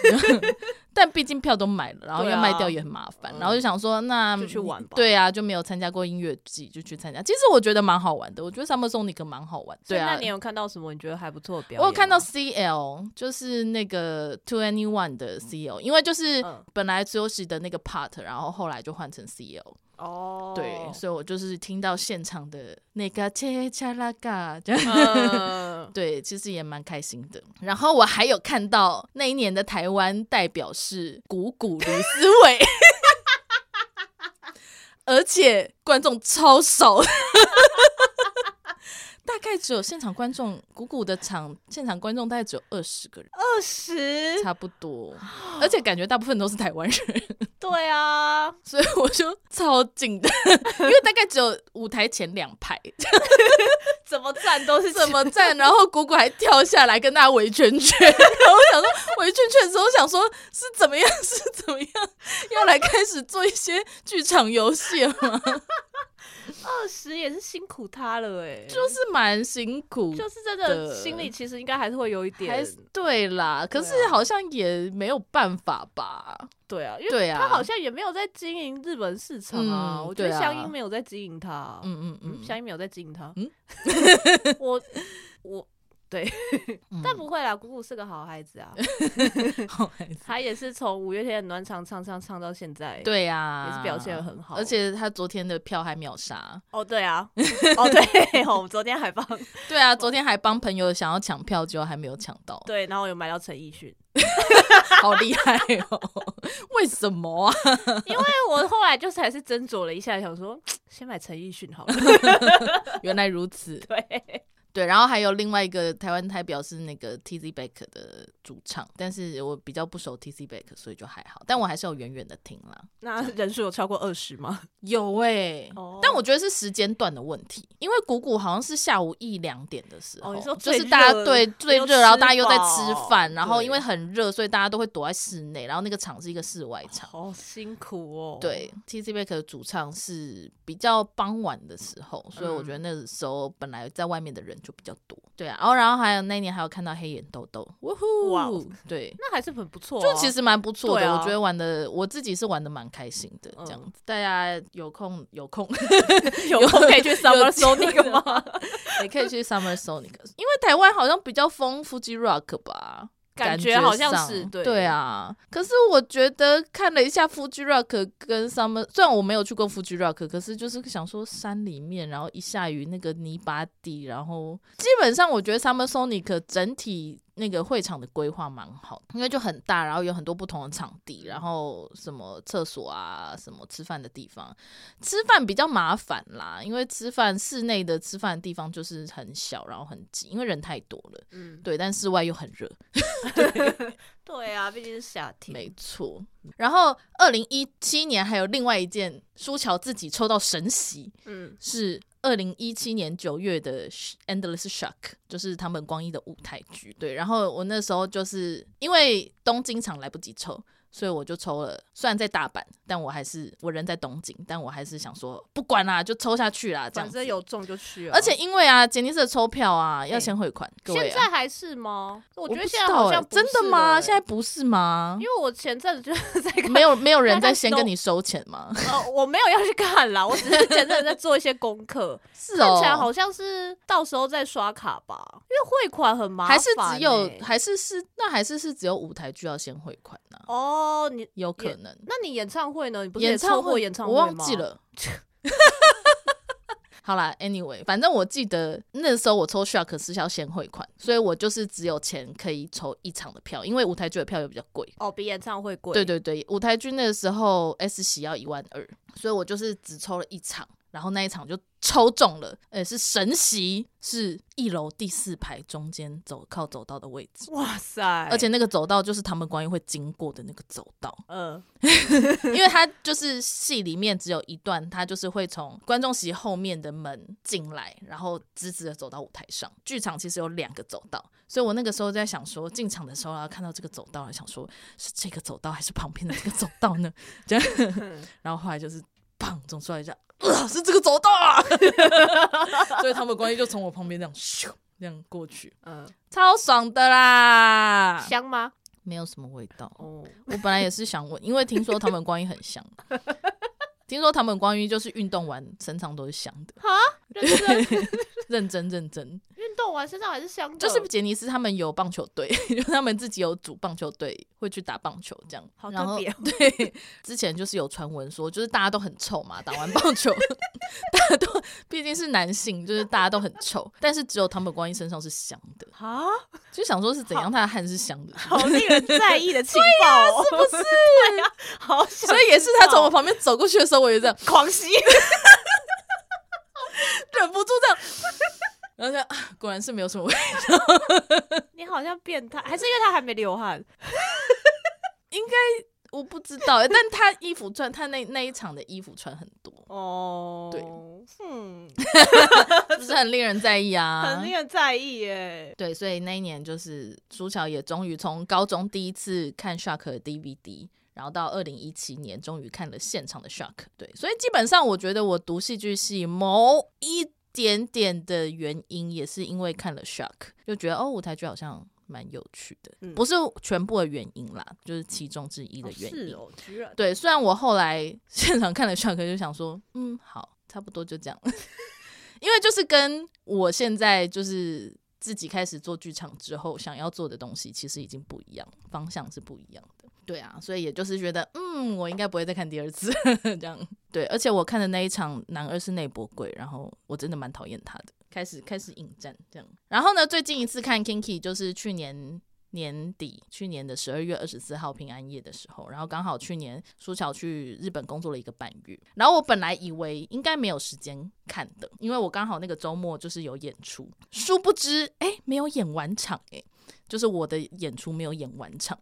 但毕竟票都买了，然后
对
要
啊
卖掉也很麻烦，
嗯
然后就想说，那
就去玩吧
对啊，就没有参加过音乐季，就去参加。其实我觉得蛮好玩的，我觉得 Summer Sonic 蛮好玩。
所
对
以
啊
那你，有看到什么你觉得还不错的表演吗？
我有看到 CL，就是那个 To Anyone 的 CL，因为就是
嗯
本来休息的那个 part，然后后来就换成 CL。
哦，
对，所以我就是听到现场的那个切恰拉嘎，这样
嗯，
对，其实也蛮开心的。然后我还有看到那一年的台湾代表是谷谷卢思伟， <laughs> 而且观众超少。 <laughs> 大概只有现场观众，谷谷的场现场观众大概只有二十个人，
<laughs> 二十，
差不多，而且感觉大部分都是台湾人， <laughs>
对啊，
所以我就超紧的， <laughs> 因为大概只有舞台前两排，
怎么站都是
怎么站，然后果果还跳下来跟大家围圈 <laughs> 圈。然后我想说围圈圈的时候，想说是怎么样，是怎么样，要来开始做一些剧场游戏 <laughs> 了吗？
二十也是辛苦他了哎、
就是蛮辛苦，
就是真
的
的心里其实应该还是会有一
嗯还
点，
是对啦。可是好像也没有办法吧？
对啊，因为
对啊，
他好像也没有在经营日本市场啊，
嗯
我觉得
对啊
香音没有在经营他，
嗯嗯嗯，
香音没有在经营他，
嗯
<laughs> 我我。
嗯
但不会啦，姑姑是个好孩子 <laughs> 啊，
好孩子
她也是从五月天的暖场唱唱唱到现在，，
对呀，
也是表现的。很好。
而且他昨天的票还秒杀，
哦，对
<laughs>
啊，哦对，我们昨天还放
对啊，昨天还帮朋友想要抢票，结果还没有抢到，
对，然后我有买到陈奕迅，
好厉害哦！ <laughs> 为什么啊？
因为我后来就是还是斟酌了一下，想说先买陈奕迅好 <laughs> 了。
原来如此，
<laughs> 对，
对，然后还有另外一个台湾台表是那个 T Z Back 的主唱，但是我比较不熟 T Z Back，所以就还好，但我还是有远远的听啦。
那人数有超过二十吗？
有诶、
哦
但我觉得是时间段的问题，因为谷谷好像是下午一两点的时候，
哦你说
就
最
是大家
热
对最
又
热，然后
吃
大家又在吃
饱
饭，然后
对
因为很热，所以大家都会躲在室内，然后那个场是一个室外场。
<laughs> 好辛苦哦。
对，T Z Back 的主唱是比较傍晚的时候，所以我
嗯
觉得那时候本来在外面的人就比较多。对啊，然后然后还有那一年还有看到黑眼豆豆，哇呼，
哇哦
对。
那还是很不错、
就其，实蛮不错的，
对啊
我觉得玩的我自己是玩的蛮开心的，这样
嗯
子、大家有空有
<laughs>
空
<laughs> 有空可以去 Summer
有
Sonic <laughs> 吗？
也可以去 Summer Sonic，因为台湾好像比较疯 Fuji Rock 吧，
感
觉
好像
上
是对。
对，啊。可是我觉得看了一下 Fuji Rock 跟 Summer，虽然我没有去过 Fuji Rock，可是就是想说山里面，然后一下雨那个泥巴地，然后基本上我觉得 Summer Sonic 整体。那个会场的规划蛮好，因为就很大，然后有很多不同的场地，然后什么厕所啊，什么吃饭的地方，吃饭比较麻烦啦，因为吃饭室内的吃饭的地方就是很小，然后很挤，因为人太多了，
嗯，
对，但室外又很热，
对啊，毕竟是夏天。
没错。然后二零一七年还有另外一件，舒乔自己抽到神席
嗯，
是。二零一七年九月的《Endless Shock》就是他们光一的舞台剧，对。然后我那时候就是因为东京场来不及抽，所以我就抽了。虽然在大阪，但我还是我人在东京，但我还是想说不管啦，就抽下去啦，这样
反
子
正有中就去啊。
而且因为啊，杰尼斯的抽票啊要先汇款，各位
现
啊、
在还是吗？我
我
觉得
不
现
知
在
道
好像
欸
不
真
是
的吗？
了欸欸
现在不是吗
因？为我前阵子就是 <laughs> 在看
没有没有人
但他
在先跟
都
你收钱
<laughs>
吗？
呃，我没有要去看啦，我只是前阵子在做一些功课，
是
看起来
哦，
好像是到时候再刷卡吧，因为汇款很麻烦、
还是只有
欸
还是是那还是是只有舞台剧要先汇款呢、
哦，你
有可能。
那你演唱会呢？你不是
演
也
唱
抽过
会
演唱会
我
吗？
忘记，了。 <laughs> 好啦，anyway，反正我记得那时候我抽 Shark 是要先汇款，所以我就是只有钱可以抽一场的票，因为舞台剧的票又比较贵。
哦，比演唱会贵，
对，对对，舞台剧那个时候 S 喜要一万二，所以我就是只抽了一场，然后那一场就抽中了，呃，是神席，是一楼第四排中间走靠走道的位置。
哇塞，
而且那个走道就是他们观音会经过的那个走道，
呃，
因为它就是戏里面只有一段，它就是会从观众席后面的门进来，然后直直的走到舞台上。剧场其实有两个走道，所以我那个时候在想说，进场的时候然后看到这个走道，想说是 <laughs> 这个走道还是旁边的这个走道呢？这样，然后后来就是砰，总出来一下，呃，是这个走道啊， <laughs> 所以他们关系就从我旁边这样咻这样过去，
嗯，
超爽的啦，
香吗？
没有什么味道。
哦，
我本来也是想问，因为听说他们关于很
<laughs>
香，听说他们关于就是运动完身上都是香的，
哈，认
<laughs> 认
真
真认
<laughs>
真。
运动完身上还是香的，
就是杰尼斯他们有棒球队， <laughs> 就是他们自己有组棒球队，会去打棒球这样。
好
然
特
后
别哦。
对，之前就是有传闻说，就是大家都很臭嘛，打完棒球， <laughs> 大家都毕竟是男性，就是大家都很臭，但是只有唐本光一身上是香的，
啊，
就想说是怎样他的汗是香的，
好令人在
<laughs>
意的情报、哦是不是？对呀、好想知道，
所以也是他从我旁边走过去的时候，我也这样
<laughs>
<laughs>
狂吸，
忍不住这样， <laughs> 然后就、 <sighs> 啊、果然是没有什么味， <laughs>
你好像变态，还是因为他还没流汗？
我不知道欸、但他衣服穿，他那那一场的衣服穿很
<laughs>
多，
哦，
对，
嗯，
是不是很令人在意啊？
很令人在意耶。
对，所以那一年就是苏乔也终于从高中第一次看 Shark 的 DVD，然后到二零一七年终于看了现场的 Shark。对，所以基本上我觉得我读戏剧系某一点点的原因，也是因为看了 Shark，就觉得哦舞台剧好像蛮有趣的，
嗯
不是全部的原因啦，就是其中之一的原
是
因。 <laughs>
哦，居然
对，虽然我后来 <laughs> 现场看了 Shark，就想说，嗯，好，差不多就这样， <laughs> 因为就是跟我现在就是自己开始做剧场之后想要做的东西，其实已经不一样，方向是不一样的。对啊，所以也就是觉得，嗯，我应该不会再看第二次 <laughs> 这样。对，而且我看的那一场男二是内博贵，然后我真的蛮讨厌他的，开始开始引战这样。然后呢，最近一次看 Kinky 就是去年年底，去年的十二月二十四号平安夜的时候，然后刚好去年苏乔去日本工作了一个半月，然后我本来以为应该没有时间看的，因为我刚好那个周末就是有演出，殊不知哎没有演完场哎，就是我的演出没有演完场，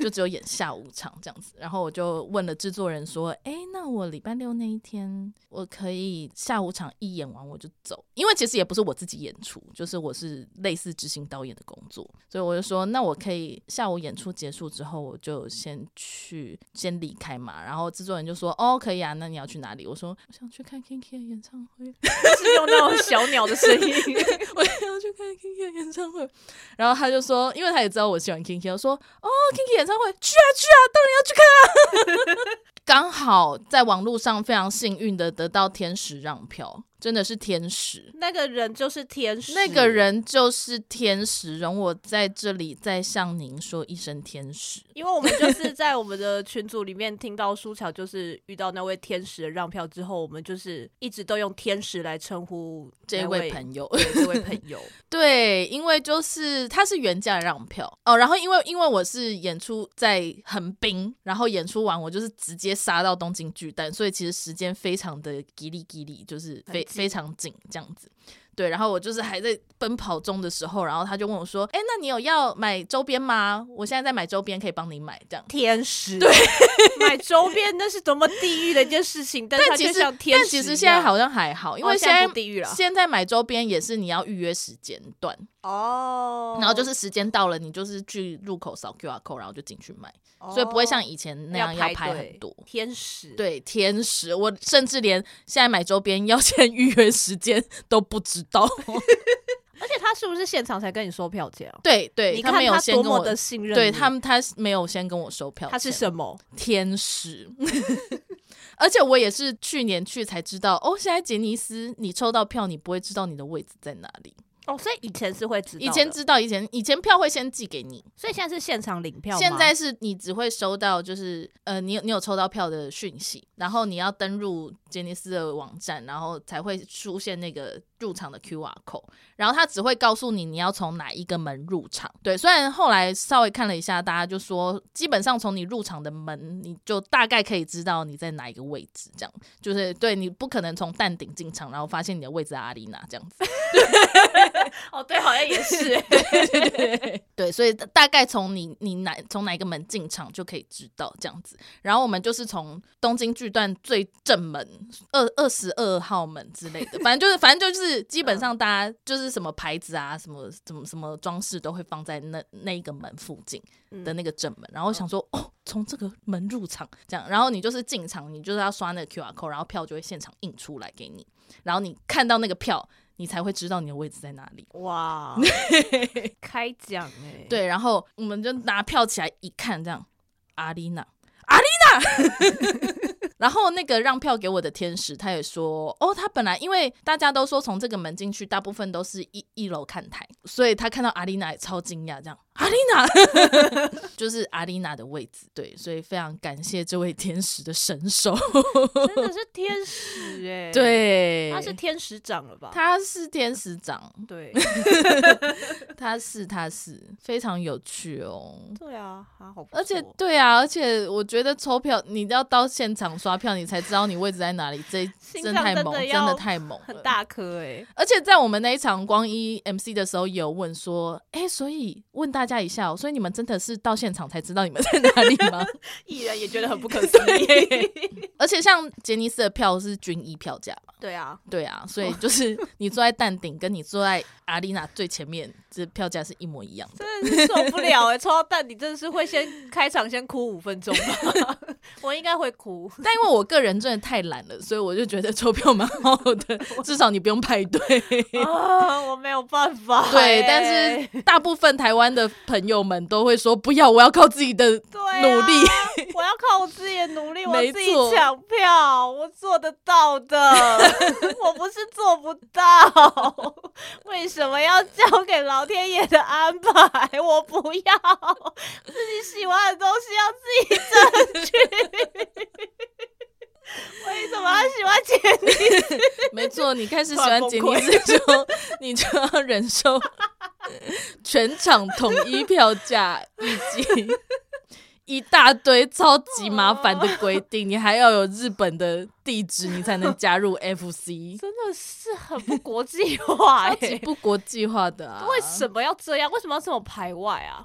就只有演下午场这样子，然后我就问了制作人说，哎那我礼拜六那一天我可以下午场一演完我就走，因为其实也不是我自己演出，就是我是类似执行导演的工作，所以我就说，那我可以下午演出结束之后，我就先去先离开嘛。然后制作人就说，哦，可以啊，那你要去哪里？我说我想去看 Kinky 的演唱会，
是用那种小鸟的声音，
<laughs> 我要去看 Kinky 的演唱会。然后他就说，因为他也知道我喜欢 Kinky，他说，哦，Kinky 演唱会，去啊去啊，当然要去看啊。 <laughs> 刚好在网络上非常幸运的得到天使让票，真的是天使。
<laughs> 那个人就是天使，
那个。人就是天使，容我在这里再向您说一声天使。
<laughs> 因为我们就是在我们的群组里面听到舒乔就是遇到那位天使的让票之后，我们就是一直都用天使来称呼
这
那
位
位
朋友，
<laughs> 对这位朋
<laughs>
友。
对，因为就是他是原价让票哦，然后因为因为我是演出在横滨，然后演出完我就是直接杀到东京巨蛋，所以其实时间非常的吉利吉利，就是非
很紧
非常紧这样子。对，然后我就是还在奔跑中的时候，然后他就问我说：“哎，那你有要买周边吗？我现在在买周边，可以帮你买这样。”
天使，对， <laughs> 买周边那是多么地狱的一件事情，但是它
其
就
实
像天
但
使
其
一
实现在
样，
好像还好，因
哦
为
现
现在、
不地狱了
现在买周边也是你要预约时间段，
哦，
然后就是时间到了，你就是去入口扫 QR code，然后就进去买，
哦
所以不会像以前那样要排
队
很多。
天使，，
对，天使，我甚至连现在买周边要先预约时间都不知
<laughs>
道。
而且他是不是现场才跟你收票啊价？
对对，
你看
没有
他
先
多
跟
么
我
的信任你，
对他们，他没有先跟我收票钱，
他是什么？
天
<laughs>
使。而且我也是去年去才知道，哦，现在杰尼斯你抽到票，你不会知道你的位置在哪里。
哦，所以以前是会知道的，
以前知道，以前以前票会先寄给你，
所以现在是现场领票吗，
现在是你只会收到就是呃，你有你有抽到票的讯息，然后你要登入杰尼斯的网站，然后才会出现那个入场的 QR code，然后他只会告诉你你要从哪一个门入场。对，虽然后来稍微看了一下，大家就说基本上从你入场的门，你就大概可以知道你在哪一个位置，这样就是对你不可能从蛋顶进场，然后发现你的位置在阿丽娜这样子。
哦，对，好像
<laughs>
也是，
对，所以大大概从你你哪从哪一个门进场就可以知道这样子。然后我们就是从东京巨蛋最正门二二十二号门之类的，反正就是反正就是是基本上大家就是什么牌子啊，什么什么什么装饰都会放在那那一个门附近的那个正门。然后想说，哦，从这个门入场这样，然后你就是进场，你就是要刷那个 QR code，然后票就会现场印出来给你，然后你看到那个票，你才会知道你的位置在哪里。 <laughs>
哇，开奖哎、欸，
对，然后我们就拿票起来一看，这样，阿丽娜，阿丽娜。 <laughs> 然后那个让票给我的天使，他也说，哦，他本来因为大家都说从这个门进去，大部分都是一一楼看台，所以他看到阿丽娜也超惊讶，这样，阿丽娜 <laughs> 就是阿丽娜的位置，对，所以非常感谢这位天使的神手，
真的是天使哎、
<laughs>
欸，，
对，
他是天使长了吧？
他是天使长， <laughs>
对，
他是他是非常有趣哦，
对啊，他好不错，
而且对啊，而且我觉得抽票，你要到现场刷票，你才知道你位置在哪里。这
<laughs> 心
真
脏
太猛，
真的
真
要
的太猛
很
了。
大颗哎、欸，
而且在我们那一场光一 MC 的时候，有问说，哎、所以问大家一下、哦，所以你们真的是到现场才知道你们在哪里吗？
<laughs>
<laughs>
艺人也觉得很不可思议，
而且像杰尼斯的票是均一票价嘛，
<laughs> 对啊，
对啊，所以
<laughs>
就是你坐在蛋顶，跟你坐在阿丽娜最前面，这票价是一模一样的。
真的是受不了哎、欸，抽到蛋你真的是会先开场先哭五分钟吧， <laughs> 我应该会哭，
但因为我个人真的太懒了，所以我就觉得抽票蛮好
<laughs>
的，至少你不用排队。
啊，我没有办法欸、
对，但是大部分台湾的朋友们都会说不要，我要靠自己的
对啊
努
<laughs>
力。
我要靠我自己的努力，我
没
自己
错
抢票，我做得到 <laughs> 的，我不是做不到。为什么要交给老天爷的安排？我不要，自己喜欢的东西要自己争取。 <laughs> 为什么要喜欢钱？
没错，你开始喜
突然
欢
崩
杰尼斯之后，你就要忍受全场统一票价以
<laughs>
及一大堆超级麻烦的规定，你还要有日本的地址，你才能加入
<laughs>
FC，
真的是很不国际化、
超级
欸，
不国际化的啊！
为什么要这样？为什么要这么排外 <laughs> 啊？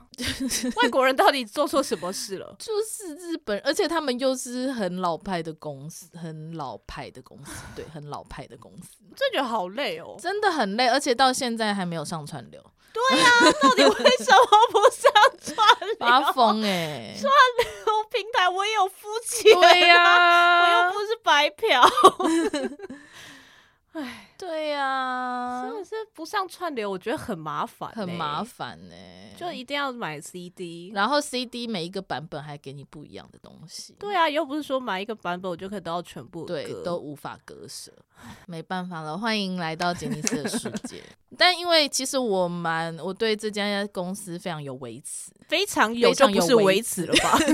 外国人到底做错什么事了？
就是日本，而且他们又是很老派的公司，很老派的公司，对，很老派的公司，
真觉得好累哦。
真的很累，而且到现在还没有上串流，
对呀、到底为什么不上串
发
流？
疯
<laughs>
哎、
流平台我也有付钱、
对呀、
啊我又不是白
<laughs>
嫖。
对呀、
真的是啊不上串流，我觉得很麻烦、
很麻
烦，
烦呢、
就一定要买 CD。
然后 CD 每一个版本还给你不一样的东西，
对啊，又不是说买一个版本我就可以得到全部的
对，
歌
都无法割舍， <sighs> 没办法了。欢迎来到杰尼斯的世
<laughs>
界。但因为其实我蛮我对这家公司非常有微词，
非常有，
非常
就不
有
是
维
维持了吧？ <laughs>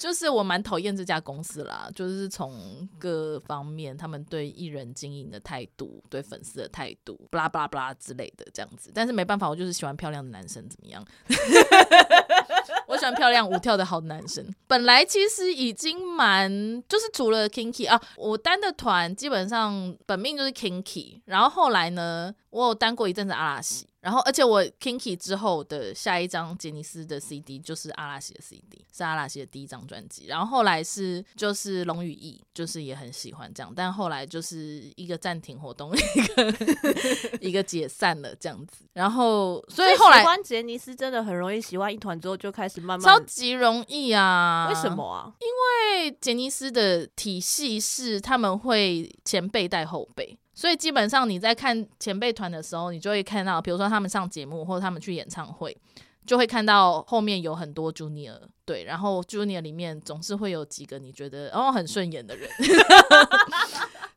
就是我蛮讨厌这家公司啦，就是从各方面他们对艺人经营的态度、对粉丝的态度，巴拉巴拉巴拉之类的这样子。但是没办法，我就是喜欢漂亮的男生，怎么样？我喜欢漂亮舞跳的好男生。本来其实已经蛮，就是除了 Kinky 啊，我单的团基本上本命就是 Kinky，然后后来呢，我有单过一阵子阿拉西，然后而且我 Kinky 之后的下一张杰尼斯的 CD 就是阿拉西的 CD，是阿拉西的第一张专辑，然后后来是就是龙与翼，就是也很喜欢这样，但后来就是一个暂停活动， <laughs> 一个一个解散了这样子，然后所以后
喜
来。
欢杰尼斯真的很容易喜欢一团之后就开始慢慢
超级容易啊！
为什
<laughs>
么啊？
因为杰尼斯的体系是他们会前辈带后辈，所以基本上你在看前辈团的时候，你就会看到，比如说他们上节目或者他们去演唱会，就会看到后面有很多 junior，对，然后 junior 里面总是会有几个你觉得哦很顺眼的人。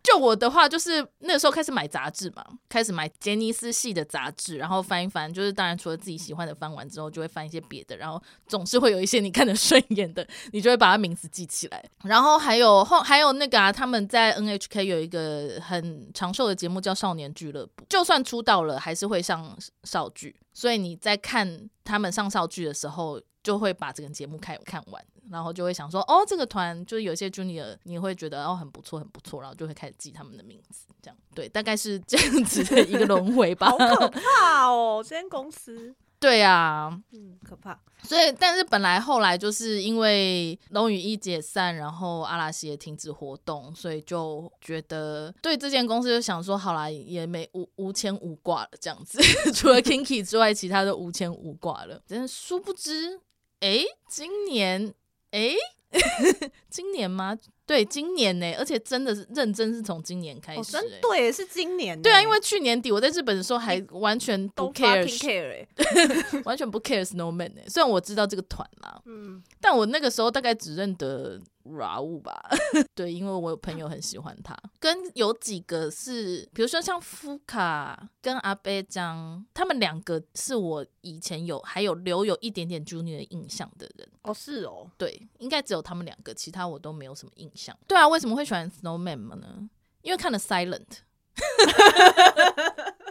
就我的话，就是那时候开始买杂志嘛，开始买杰尼斯系的杂志，然后翻一翻，就是当然除了自己喜欢的翻完之后，就会翻一些别的，然后总是会有一些你看得顺眼的，你就会把他名字记起来。然后还有后还有那个啊，他们在 NHK 有一个很长寿的节目叫《少年俱乐部》，就算出道了，还是会上少剧，所以你在看他们上少剧的时候。就会把这个节目看看完，然后就会想说，哦，这个团就是有一些 junior，你会觉得哦很不错，很不错，然后就会开始记他们的名字，这
<laughs> 哦
样对，大概是这样子的一个轮回吧。 <laughs>
好可怕哦！这间公司
对啊，
嗯，可怕。
所以但是本来后来就是因为龙与一解散，然后阿拉西也停止活动，所以就觉得对这间公司就想说，好啦，也没无无牵无挂了这样子， <laughs> 除了 Kinky 之外，其他都无牵无挂了。但是殊不知，诶，今年，诶， <laughs> 今年吗？对，今年呢、而且真的是认哎真是从今年开始、
哦，真
诶
对，是今年呢。
对啊，因为去年底我在日本的时候还完全不
Don't
care，
fucking care 欸
完全不 care Snowman 呢、欸虽然我知道这个团啦，
嗯，
但我那个时候大概只认得 Rau 吧， <laughs> 对，因为我有朋友很喜欢他，跟有几个是，比如说像夫卡跟阿贝江，他们两个是我以前有还有留有一点点 Junior 的印象的人，
哦是哦，
对，应该只有他们两个，其他我都没有什么印象。对啊，为什么会喜欢 Snowman 呢？因为看了 Silent。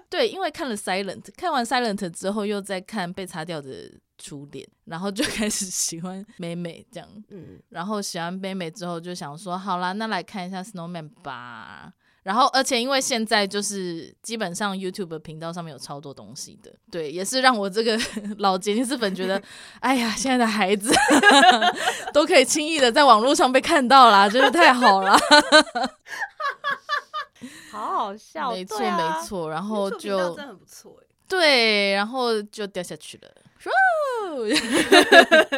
对，因为看了 Silent，看完 Silent 之后，又在看被擦掉的初恋，然后就开始喜欢美美这样。
嗯，
然后喜欢北美之后，就想说，好啦，那来看一下 Snowman 吧。然后，而且因为现在就是基本上 YouTube 频道上面有超多东西的，对，也是让我这个 <laughs> 老杰尼斯粉觉得，哎呀，现在的孩子 <laughs> 都可以轻易的在网络上被看到啦，真是太好啦。
好好 <laughs> 笑，
没错，
对啊
没，错。然后
你做频道
就
真的很不错哎。
对，然后就掉下
<laughs>
去了， <laughs> 咻，咻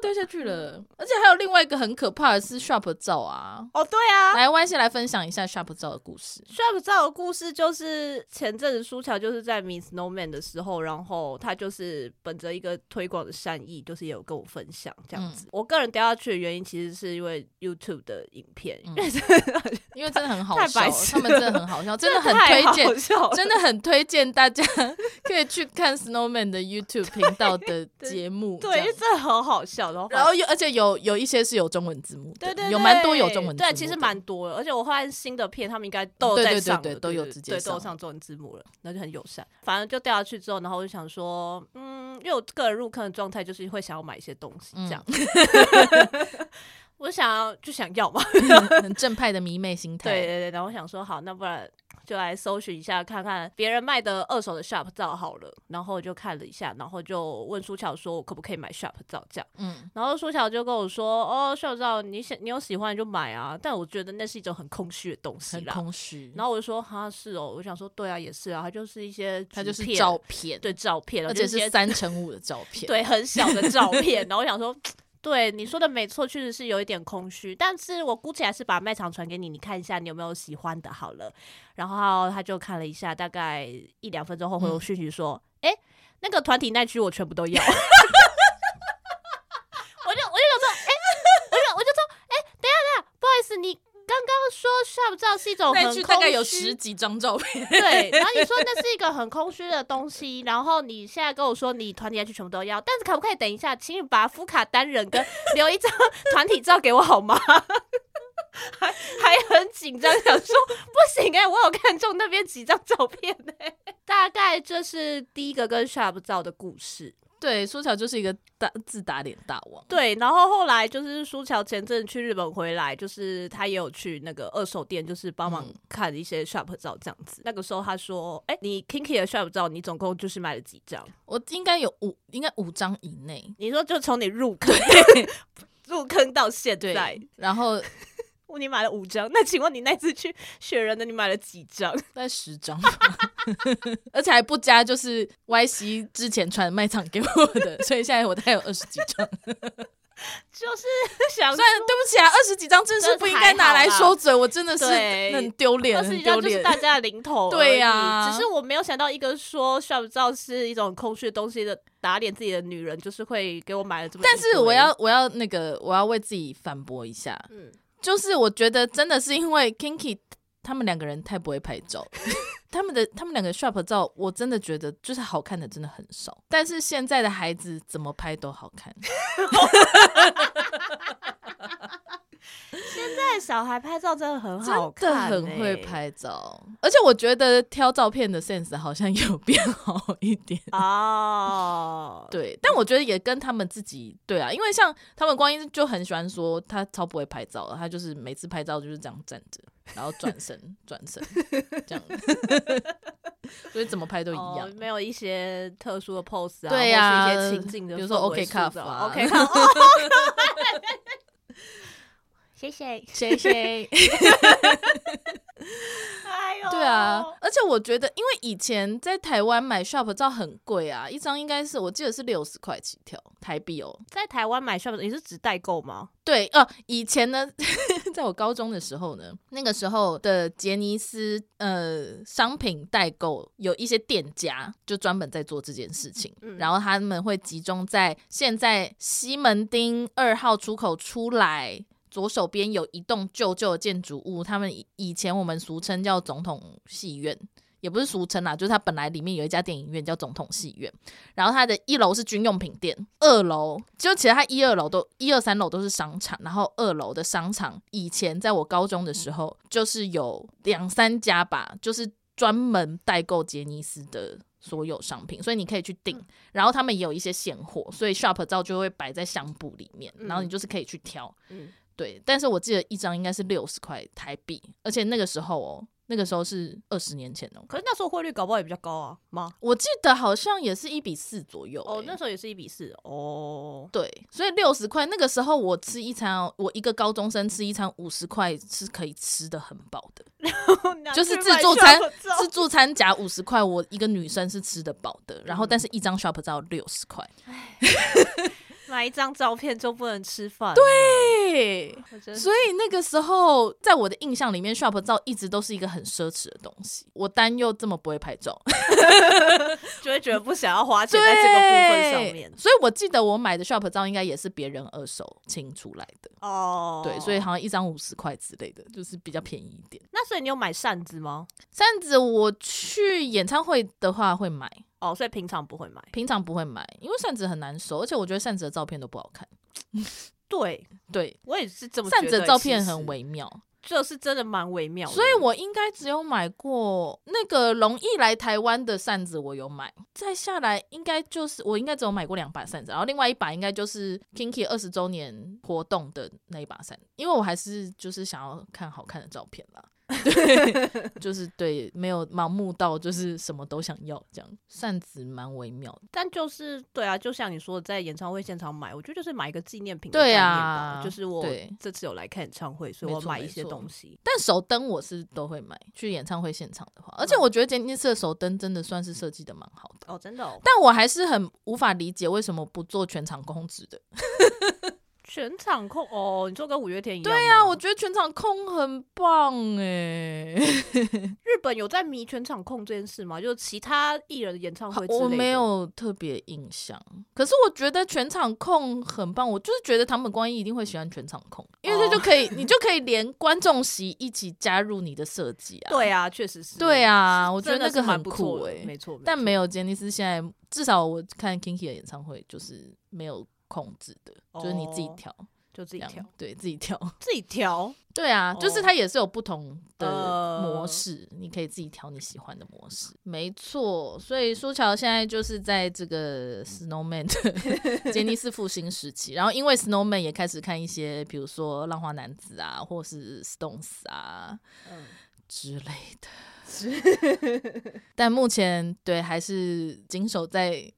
掉下去了。而且还有另外一个很可怕的是 Sharp 照啊，
哦，对 <laughs> 啊，
来，Y 先来分享一下 Sharp 照的故事。
Sharp 照的故事就是前阵子舒乔就是在 Miss Snowman 的时候，然后他就是本着一个推广的善意，就是也有跟我分享这样
嗯
子。我个人掉下去的原因其实是因为 YouTube 的影片，
嗯
因 <laughs> 为真的
因为真的很好
太
笑
白，痴
他们真的很好
<laughs>
笑，真的很
太
推
好
荐，
笑了，
真的很推荐大家可以去看 Snowman 的 YouTube 频道的节目。这
<laughs> 对，因
样
为真的很好笑，然后
然后又而且有有一些是有中文字幕的，
对对对
有蛮多有中文字幕的。
对，其实
<laughs>
蛮多的，而且我发现新的片他们应该都有
对对
在
对
上了，
对
对
都有
对
直接
对都
上
有上中文字幕了，那就很友善。反正就掉下去之后，然后我就想说，嗯，因为我个人入坑的状态就是会想要买一些东西
嗯
这样， <laughs> 我想要就想要嘛，
很正派的迷妹心态。
对对对，然后我想说好，那不然就来搜寻一下，看看别人卖的二手的 Sharp 照好了。然后我就看了一下，然后就问舒乔说，我可不可以买 Sharp 照这样。
嗯，
然后舒乔就跟我说：“哦，秀照，你想你有喜欢就买啊，但我觉得那是一种很空虚的东西
很
啦。
空虚。”
然后我就说：“哈，是哦。”我想说：“对啊，也是啊，它就是一些
它
纸
就是
片
照片，
对照片，
而
就
且
一
是
些
三乘五的照片。
<laughs> 对很小的照片。”然后我想说。对你说的没错，确实是有一点空虚，但是我估计还是把卖场传给你，你看一下你有没有喜欢的好了。然后他就看了一下，大概一两分钟后回我
嗯
讯息说：“哎、那个团体那区我全部都要。” <laughs> 我就我就想说，哎、我就我就说，哎、等一下等一下，不好意思，你刚刚说 shop 照是一种很
那一句
空虚，
大概有十几张照片。
对，然后你说那是一个很空虚的东西，然后你现在跟我说你团体 H 全部都要，但是可不可以等一下，请你把福卡单人 <laughs> 跟留一张团体照给我好吗？ <laughs> 还还很紧张，想说不行哎、我有看中那边几张照片哎、大概这是第一个跟 Sharp 照的故事。
对，苏乔就是一个大自打脸大王。
对，然后后来就是舒乔前阵去日本回来，就是他也有去那个二手店，就是帮忙
嗯
看一些 shop 照这样子。那个时候他说：“哎、你 Kinky 的 shop 照，你总共就是买了几张？
我应该有五，应该五张以内。
你说就从你入坑 <laughs> 入坑到现
对
在，，
然后
你买了五张。那请问你那次去雪人的，你买了几张？ <laughs>
大概十张吧， <laughs> 而且还不加就是 Y C 之前传卖场给我的，所以现在我大概有二十几张。
就是 <laughs> 想
虽然对不起啊，二十几张真是不应该拿来说嘴，我真的是
对
很丢脸，
二十
很
几
丢
张就是
脸。
大家的
<laughs>
零头而已，
对呀
只是我没有想到一个说 shop 照是一种空虚的东西的打脸自己的女人，就是会给我买了这么一堆。
但是我要我要那个我要为自己反驳一下，
嗯，
就是我觉得真的是因为 Kinky 他们两个人太不会拍
<laughs>
照，他们的他们两个 shop 照，我真的觉得就是好看的真的很少。但是现在的孩子怎么拍都好看，
现在小孩拍照真的很
真
好
的
看、
很欸会。 <laughs> 拍照，而且我觉得挑照片的 sense 好像有 <laughs> 变好一点。
哦，
对，但我觉得也跟他们自己对啊，因为像他们光一就很喜欢说他超不会拍照的，他就是每次拍照就是这样站着，然后转身转
<laughs>
身这样，所以怎么拍都一样。
哦，没有一些特殊的 pose 啊，
对
呀、
呀
一些情境的氛围塑造，
比如说 OK cuff 啊
o k cup，哦谢谢，
谁谁
哎呦，
对啊，而且我觉得，因为以前在台湾买 shop 照很贵啊，一张应该是我记得是六十块起跳台币哦。
在台湾买 shop 你是指代购吗？
对，呃，以前呢， <laughs> 在我高中的时候呢，那个时候的杰尼斯呃商品代购有一些店家就专门在做这件事情，
嗯
然后他们会集中在现在西门町二号出口出来。左手边有一栋旧旧的建筑物，他们以以前我们俗称叫总统戏院，也不是俗称啦，就是它本来里面有一家电影院叫总统戏院，然后它的一楼是军用品店，二楼就其实它一二楼都一二三楼都是商场，然后二楼的商场以前在我高中的时候就是有两三家吧，就是专门代购杰尼斯的。所有商品，所以你可以去订，然后他们也有一些现货，所以 shop 照就会摆在相簿里面，然后你就是可以去挑。
嗯，
对，但是我记得一张应该是六十块台币，而且那个时候哦，那个时候是二十年前哦，
可是那时候汇率搞不好也比较高啊，吗？
我记得好像也是一比四左右、
哦，
欸
那时候也是一比四哦。
对，所以六十块那个时候我吃一餐哦，我一个高中生吃一餐五十块是可以吃的很饱的， <laughs> 就是自助餐
哦
自助餐夹五十块，我一个女生是吃得饱的。然后但是
嗯
一张 shop 照六十块，
买一张照片就不能吃饭。对，
对，所以那个时候在我的印象里面，shop 照一直都是一个很奢侈的东西。我单又这么不会拍照，
<laughs> 就会觉得不想要花钱
对，
在这个部分上面。
所以我记得我买的 shop 照应该也是别人二手清出来的，
哦，
对，所以好像一张五十块之类的，就是比较便宜一点。
那所以你有买扇子吗？
扇子我去演唱会的话会买，
哦，所以平常不会买。
平常不会买，因为扇子很难收，而且我觉得扇子的照片都不好看。
对，
对，
我也是这么
扇
觉
子
得
的照片
其实
很微妙，
就是真的蛮微妙的。
所以我应该只有买过那个龙毅来台湾的扇子，我有买。再下来应该就是我应该只有买过两把扇子，然后另外一把应该就是 Kinky 二十周年活动的那一把扇，因为我还是就是想要看好看的照片啦。对，就是对，没有盲目到就是什么都想要这样，扇子蛮微妙的。
但就是对啊，就像你说的，在演唱会现场买，我觉得就是买一个纪念品的概
对
念
啊
吧。就是我
对
这次有来看演唱会，所以
没
我
错
买
没
一些
错
东西。
但手灯我是都会买，去演唱会现场的话，而且我觉得杰尼斯的手灯真的算是设计的蛮好的。
哦，真的哦，
但我还是很无法理解为什么不做全场空直的。
全场控哦，你说跟五月天一样吗？
对呀、我觉得全场空很棒哎、
日本有在迷全场控这件事吗？就是其他艺人的演唱会之类的，
我没有特别印象。可是我觉得全场控很棒，我就是觉得唐本光一一定会喜欢全场控，因为
哦
这就可以， <laughs> 你就可以连观众席一起加入你的设计啊。
对啊，确实是。
对啊，我觉得
真的
那
是
个很
蛮不错
酷
的
哎、
欸没错。
但没
有
有杰尼斯现在，至少我看 Kinky 的演唱会就是没有控制的，就是你自己
哦
调，
就自
自
己调，，
对自己调。
<laughs> 自己调。
对啊，就是
哦
它也是有不同的模
呃
式，你可以自己挑你喜欢的模式。没错，所以苏乔现在就是在这个 Snowman 的 <laughs> 杰尼斯复兴时期，然后因为 Snowman 也开始看一些，比如说浪花男子啊，或是 Stones 啊
嗯，
之类的。 <laughs> 但目前对还是谨守在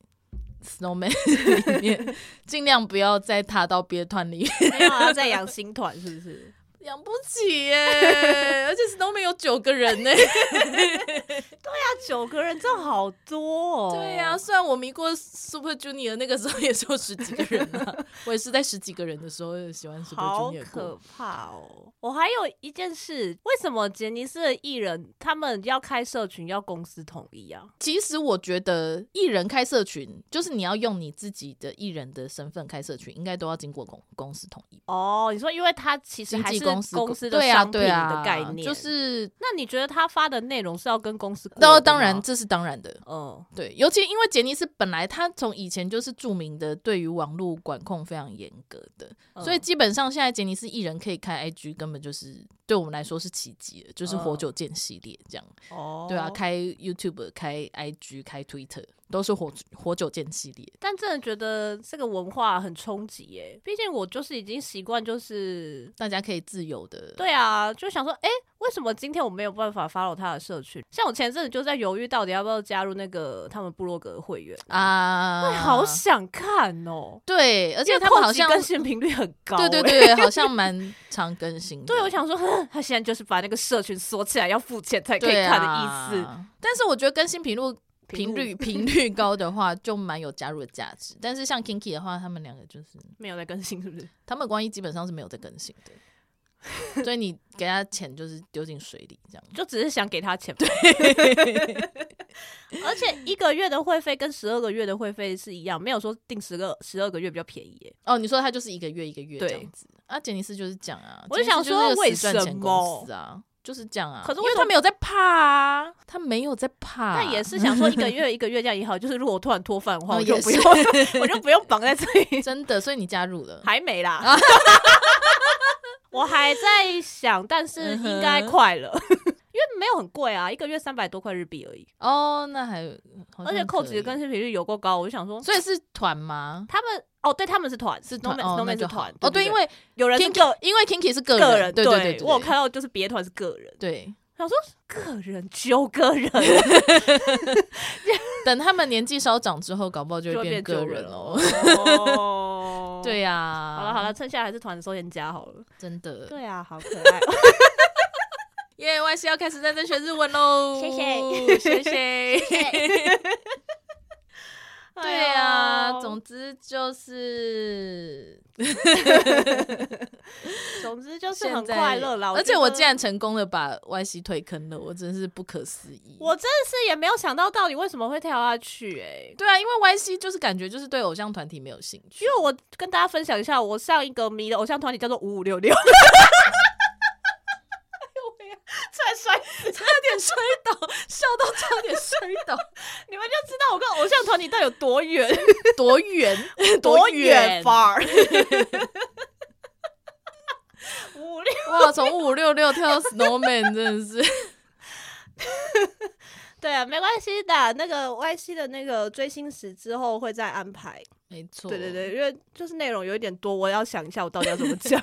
Snowman 里面，尽量不要再踏到别的团里面
没有啊，在养新团是不是？
养不起耶、 <laughs> 而且 Snowman 有九个人呢、
<laughs> 啊那啊九个人真的好多哦。
对呀、虽然我迷过 Super Junior 那个时候也是有十几个人
<laughs>
啊，我也是在十几个人的时候喜欢 Super
好
Junior
可
过。
怕哦！我还有一件事，为什么杰尼斯的艺人他们要开社群要公司统一啊？
其实我觉得艺人开社群，就是你要用你自己的艺人的身份开社群，应该都要经过公公司同意。
哦，你说因为他其实还是
经纪公司
公司的
对啊
商品
对啊
的概念
就是
那你觉得他发的内容是要跟公司过的吗？
那当然这是当然的，
嗯，
对，尤其因为杰尼斯本来他从以前就是著名的对于网络管控非常严格的，
嗯，
所以基本上现在杰尼斯艺人可以开 IG，根本就是对我们来说是奇迹了，就是活久见系列这样。
嗯哦，
对啊，开 YouTube、开 IG、开 Twitter 都是活活久见系列。
但真的觉得这个文化很冲击耶，毕竟我就是已经习惯，就是
大家可以自由的，
对啊，就想说，诶，为什么今天我没有办法 follow 他的社群？像我前阵子就在犹豫，到底要不要加入那个他们部落格的会员，
啊，
会好想看哦、
对，而
而
且他们好像
更新频率很高、
对对
诶。
对，好像蛮常更新的。
欸对，我想说，哼他现在就是把那个社群锁起来，要付钱才可以
对
看的意思。
啊。但是我觉得更新频率频率频率高的话，就蛮有加入的价值。但是像 Kinky 的话，他们两个就是
没有在更新，是不是？
他们关系基本上是没有在更新的，
<laughs>
所以你给他钱就是丢进水里这样。
就只是想给他钱。对， <laughs> 而且一个月的会费跟十二个月的会费是一样，没有说定十个十二个月比较便宜耶。
哦，你说他就是一个月一个月这
对
样子啊？杰尼斯就是这样啊，
我就想
杰尼斯
说
就是一个死赚钱
为什么
公司啊？就是这样啊，
可是
因
为
为
什么
他没有在怕啊，他没有在怕、啊
但也是想说一个月一个月这样也好，就是如果我突然脱饭的话，
哦
我就
也
不
是 <laughs>
用，我就不用绑在这里。
真的，所以你加入
<laughs>
了，
还没
啊
啦，我还在想，但是
嗯
应该快了， <laughs> 因为没有很贵啊，一个月三百多块日币而已，
哦，那还好像
而且扣
可以
子跟新频率有够高，我就想说。
所以是团吗？
他们哦，对，他们是团，
是
n o
团
m a
哦，那
n 是
就好
团
哦，对，因为
有人是
Kinky
个
因为 Kinky 是个
个人，
对对对，
我有看到就是别团是个人，
对。
想说个人九个人
哦等他们年纪稍长之后，搞不好就
就
会
会变
个
九
人
人
哦。
哦
<laughs> 对啊呀、
好了好了，，趁现在还是团的收钱加好了。
真的。
对啊，好可爱哦。
耶，Y C 要开始认真学日文喽！
<laughs> 谢谢
谢谢。对
<laughs> 哎
啊，
呦
总之就是
总之就是
现
很
在
快乐啦。
而且
觉
我
得
竟然成功的把 Y C 推坑了，我真是不可思议。
我真的是也没有想到到底为什么会跳下去哎、
对啊，因为 Y C 就是感觉就是对偶像团体没有兴趣
<laughs> 因，为我跟大家分享一下，我上一个迷的偶像团体叫做五五六 <laughs>
哎
六。再摔，
差点摔倒，笑到差点摔倒，
你们就知道我跟偶像团体到底有 <laughs> 多远。
多远
多
远
远？法儿？ <laughs> 五六
<laughs> 哇，从五五六六跳到 Snowman 真的是，
对啊，没关系的。那个 Y C 的那个追星时之后会再安排。
没错，
对对对，因为就是内容有一点多，我要想一下我到底要怎么讲。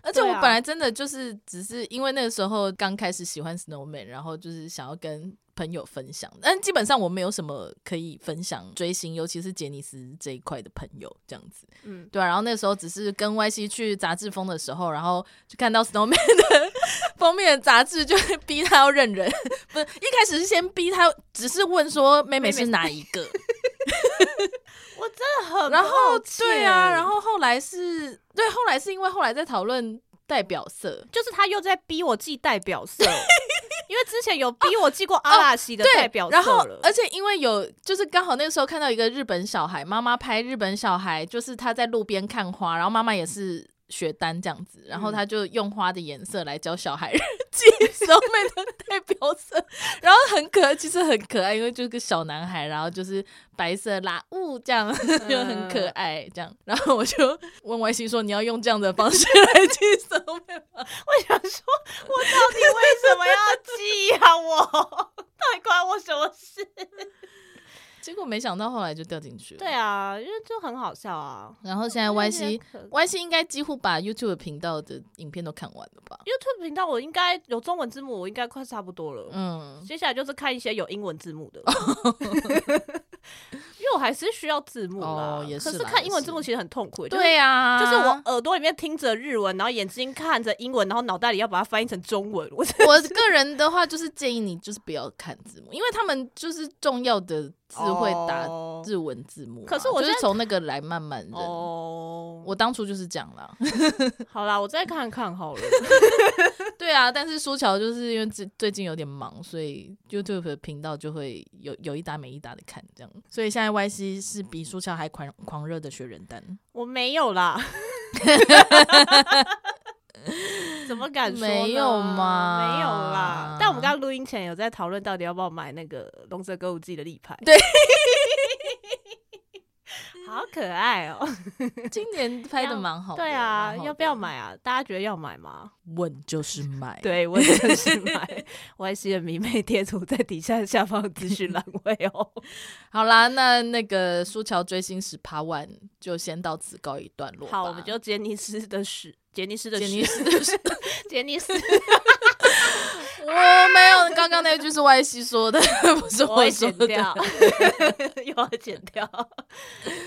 而且我
对啊
本来真的就是只是因为那个时候刚开始喜欢 Snowman，然后就是想要跟朋友分享，但基本上我没有什么可以分享追星，尤其是杰尼斯这一块的朋友这样子，
<laughs> 嗯，
对啊。然后那时候只是跟 Y C 去杂志风的时候，然后就看到 Snowman 的 <laughs> 封面的杂志，就会逼他要认人，不是一开始是先逼他，只是问说妹妹
妹
是
妹
哪一个，
我真的 <laughs> 很
然后
抱歉
对啊，然后后来是对，后来是因为后来在讨论代表色。
就是他又在逼我寄代表 <laughs> 色，因为之前有逼我寄过阿拉西的代表色
然后
了
而且因为有，就是刚好那个时候看到一个日本小孩，妈妈拍日本小孩，就是他在路边看花，然后妈妈也是学单这样子，然后
嗯
他就用花的颜色来教小孩记 <laughs> 小妹的代表色，然后很可爱，其实很可爱，因为就是个小男孩，然后就是白色拉雾这样，就很可爱这样。然后我就问 Y C 说：“你要用这样的方式来记小妹吗？” <laughs>
我想说，我到底为什么要寄啊？我到底关我什么事？
结果没想到后来就掉进去了。
<laughs> 对啊，因为就很好笑啊。
然后现在
我
Y
就觉
C
得可
Y C 应该几乎把 YouTube 频道的影片都看完了吧？
YouTube 频道我应该有中文字幕，我应该快差不多了。
嗯，
<laughs> 接下来就是看一些有英文字幕
<laughs>
的，因为我还是需要字幕啦。
哦也是啦
可是看英文字幕其实很痛苦、欸就是
对、呀、啊
就是
<laughs>
我耳朵里面听着日文，然后眼睛看着英文，然后脑袋里要把它翻译成中文。我真的
我个人的话，就是建议你就是不要看字幕，因为他们就是重要的字会打
哦
日文字幕嘛、啊
可是我
就
现
是
在
从那个来慢慢认。
哦
我当初就是这样 <laughs> 啦，
好啦，我再看看好了。
对啊，但是苏乔就是因为最最近有点忙，所以 YouTube 的频道就会有有一搭没一搭的看这样，所以现在 Y C 是比苏乔还狂 <laughs> 狂热的学人丹。
我没有啦，怎么敢说呢
没有嘛
没有啦。但我们刚刚录音前有在讨论，到底要不要买那个《龙蛇歌舞伎》的立牌？
对，
<laughs> 好可爱
<laughs>
哦、
今年拍的蛮好的。
对啊
蛮，好的
要不要？买啊？大家觉得要买吗？
问就是买。
对我也是买。Y <laughs> C 的迷妹贴图在底下下方资讯栏位
<laughs>
哦。
好啦，那那个苏乔追星十趴万就先到此告一段落吧。
好，我们就杰尼斯的史，杰尼斯的
杰
史，
尼斯
<laughs> 杰尼斯，
<laughs> 我没有，刚刚那句是歪西说的，不是
我会
说
剪
的。 <laughs>
掉，又要剪掉。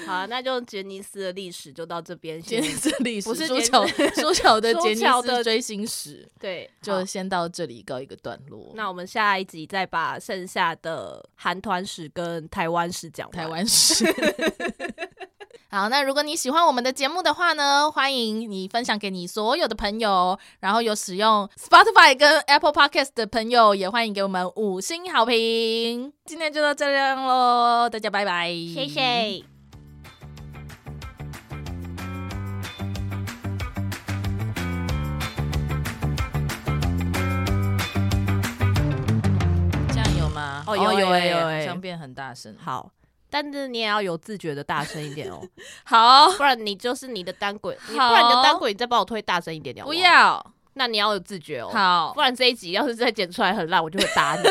好，那就杰尼斯的历史就到这边
杰
先。
尼斯历史，
不是
苏
杰
乔
尼
苏乔的
苏
杰尼
乔
斯
的
追星史，
对，
就
好
先到这里告一个段落。
那我们下一集再把剩下的韩团史跟台湾史讲完。
台湾史。 <laughs> 好，那如果你喜欢我们的节目的话呢，欢迎你分享给你所有的朋友，然后有使用 Spotify 跟 Apple Podcast 的朋友，也欢迎给我们五星好评。今天就到这样喽，大家拜拜，
谢谢。
这样有吗？
哦有有
欸
有有
好
欸
像变很大声。
好，但是你也要有自觉的大声一点
<laughs>
哦，
好，
不然你就是你的单轨，你不
好
然你的单轨你再帮我推大声一点点。
不，要
那你要有自觉哦。，
好
不，然这一集要是再剪出来很烂，我就会
<laughs>
打你，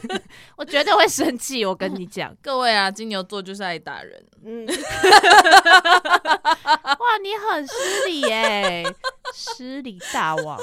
<laughs> 我绝对会生气。我跟你讲，
各位啊，金牛座就是爱打人。
<laughs> 嗯，哇，你很失礼耶、失礼大王。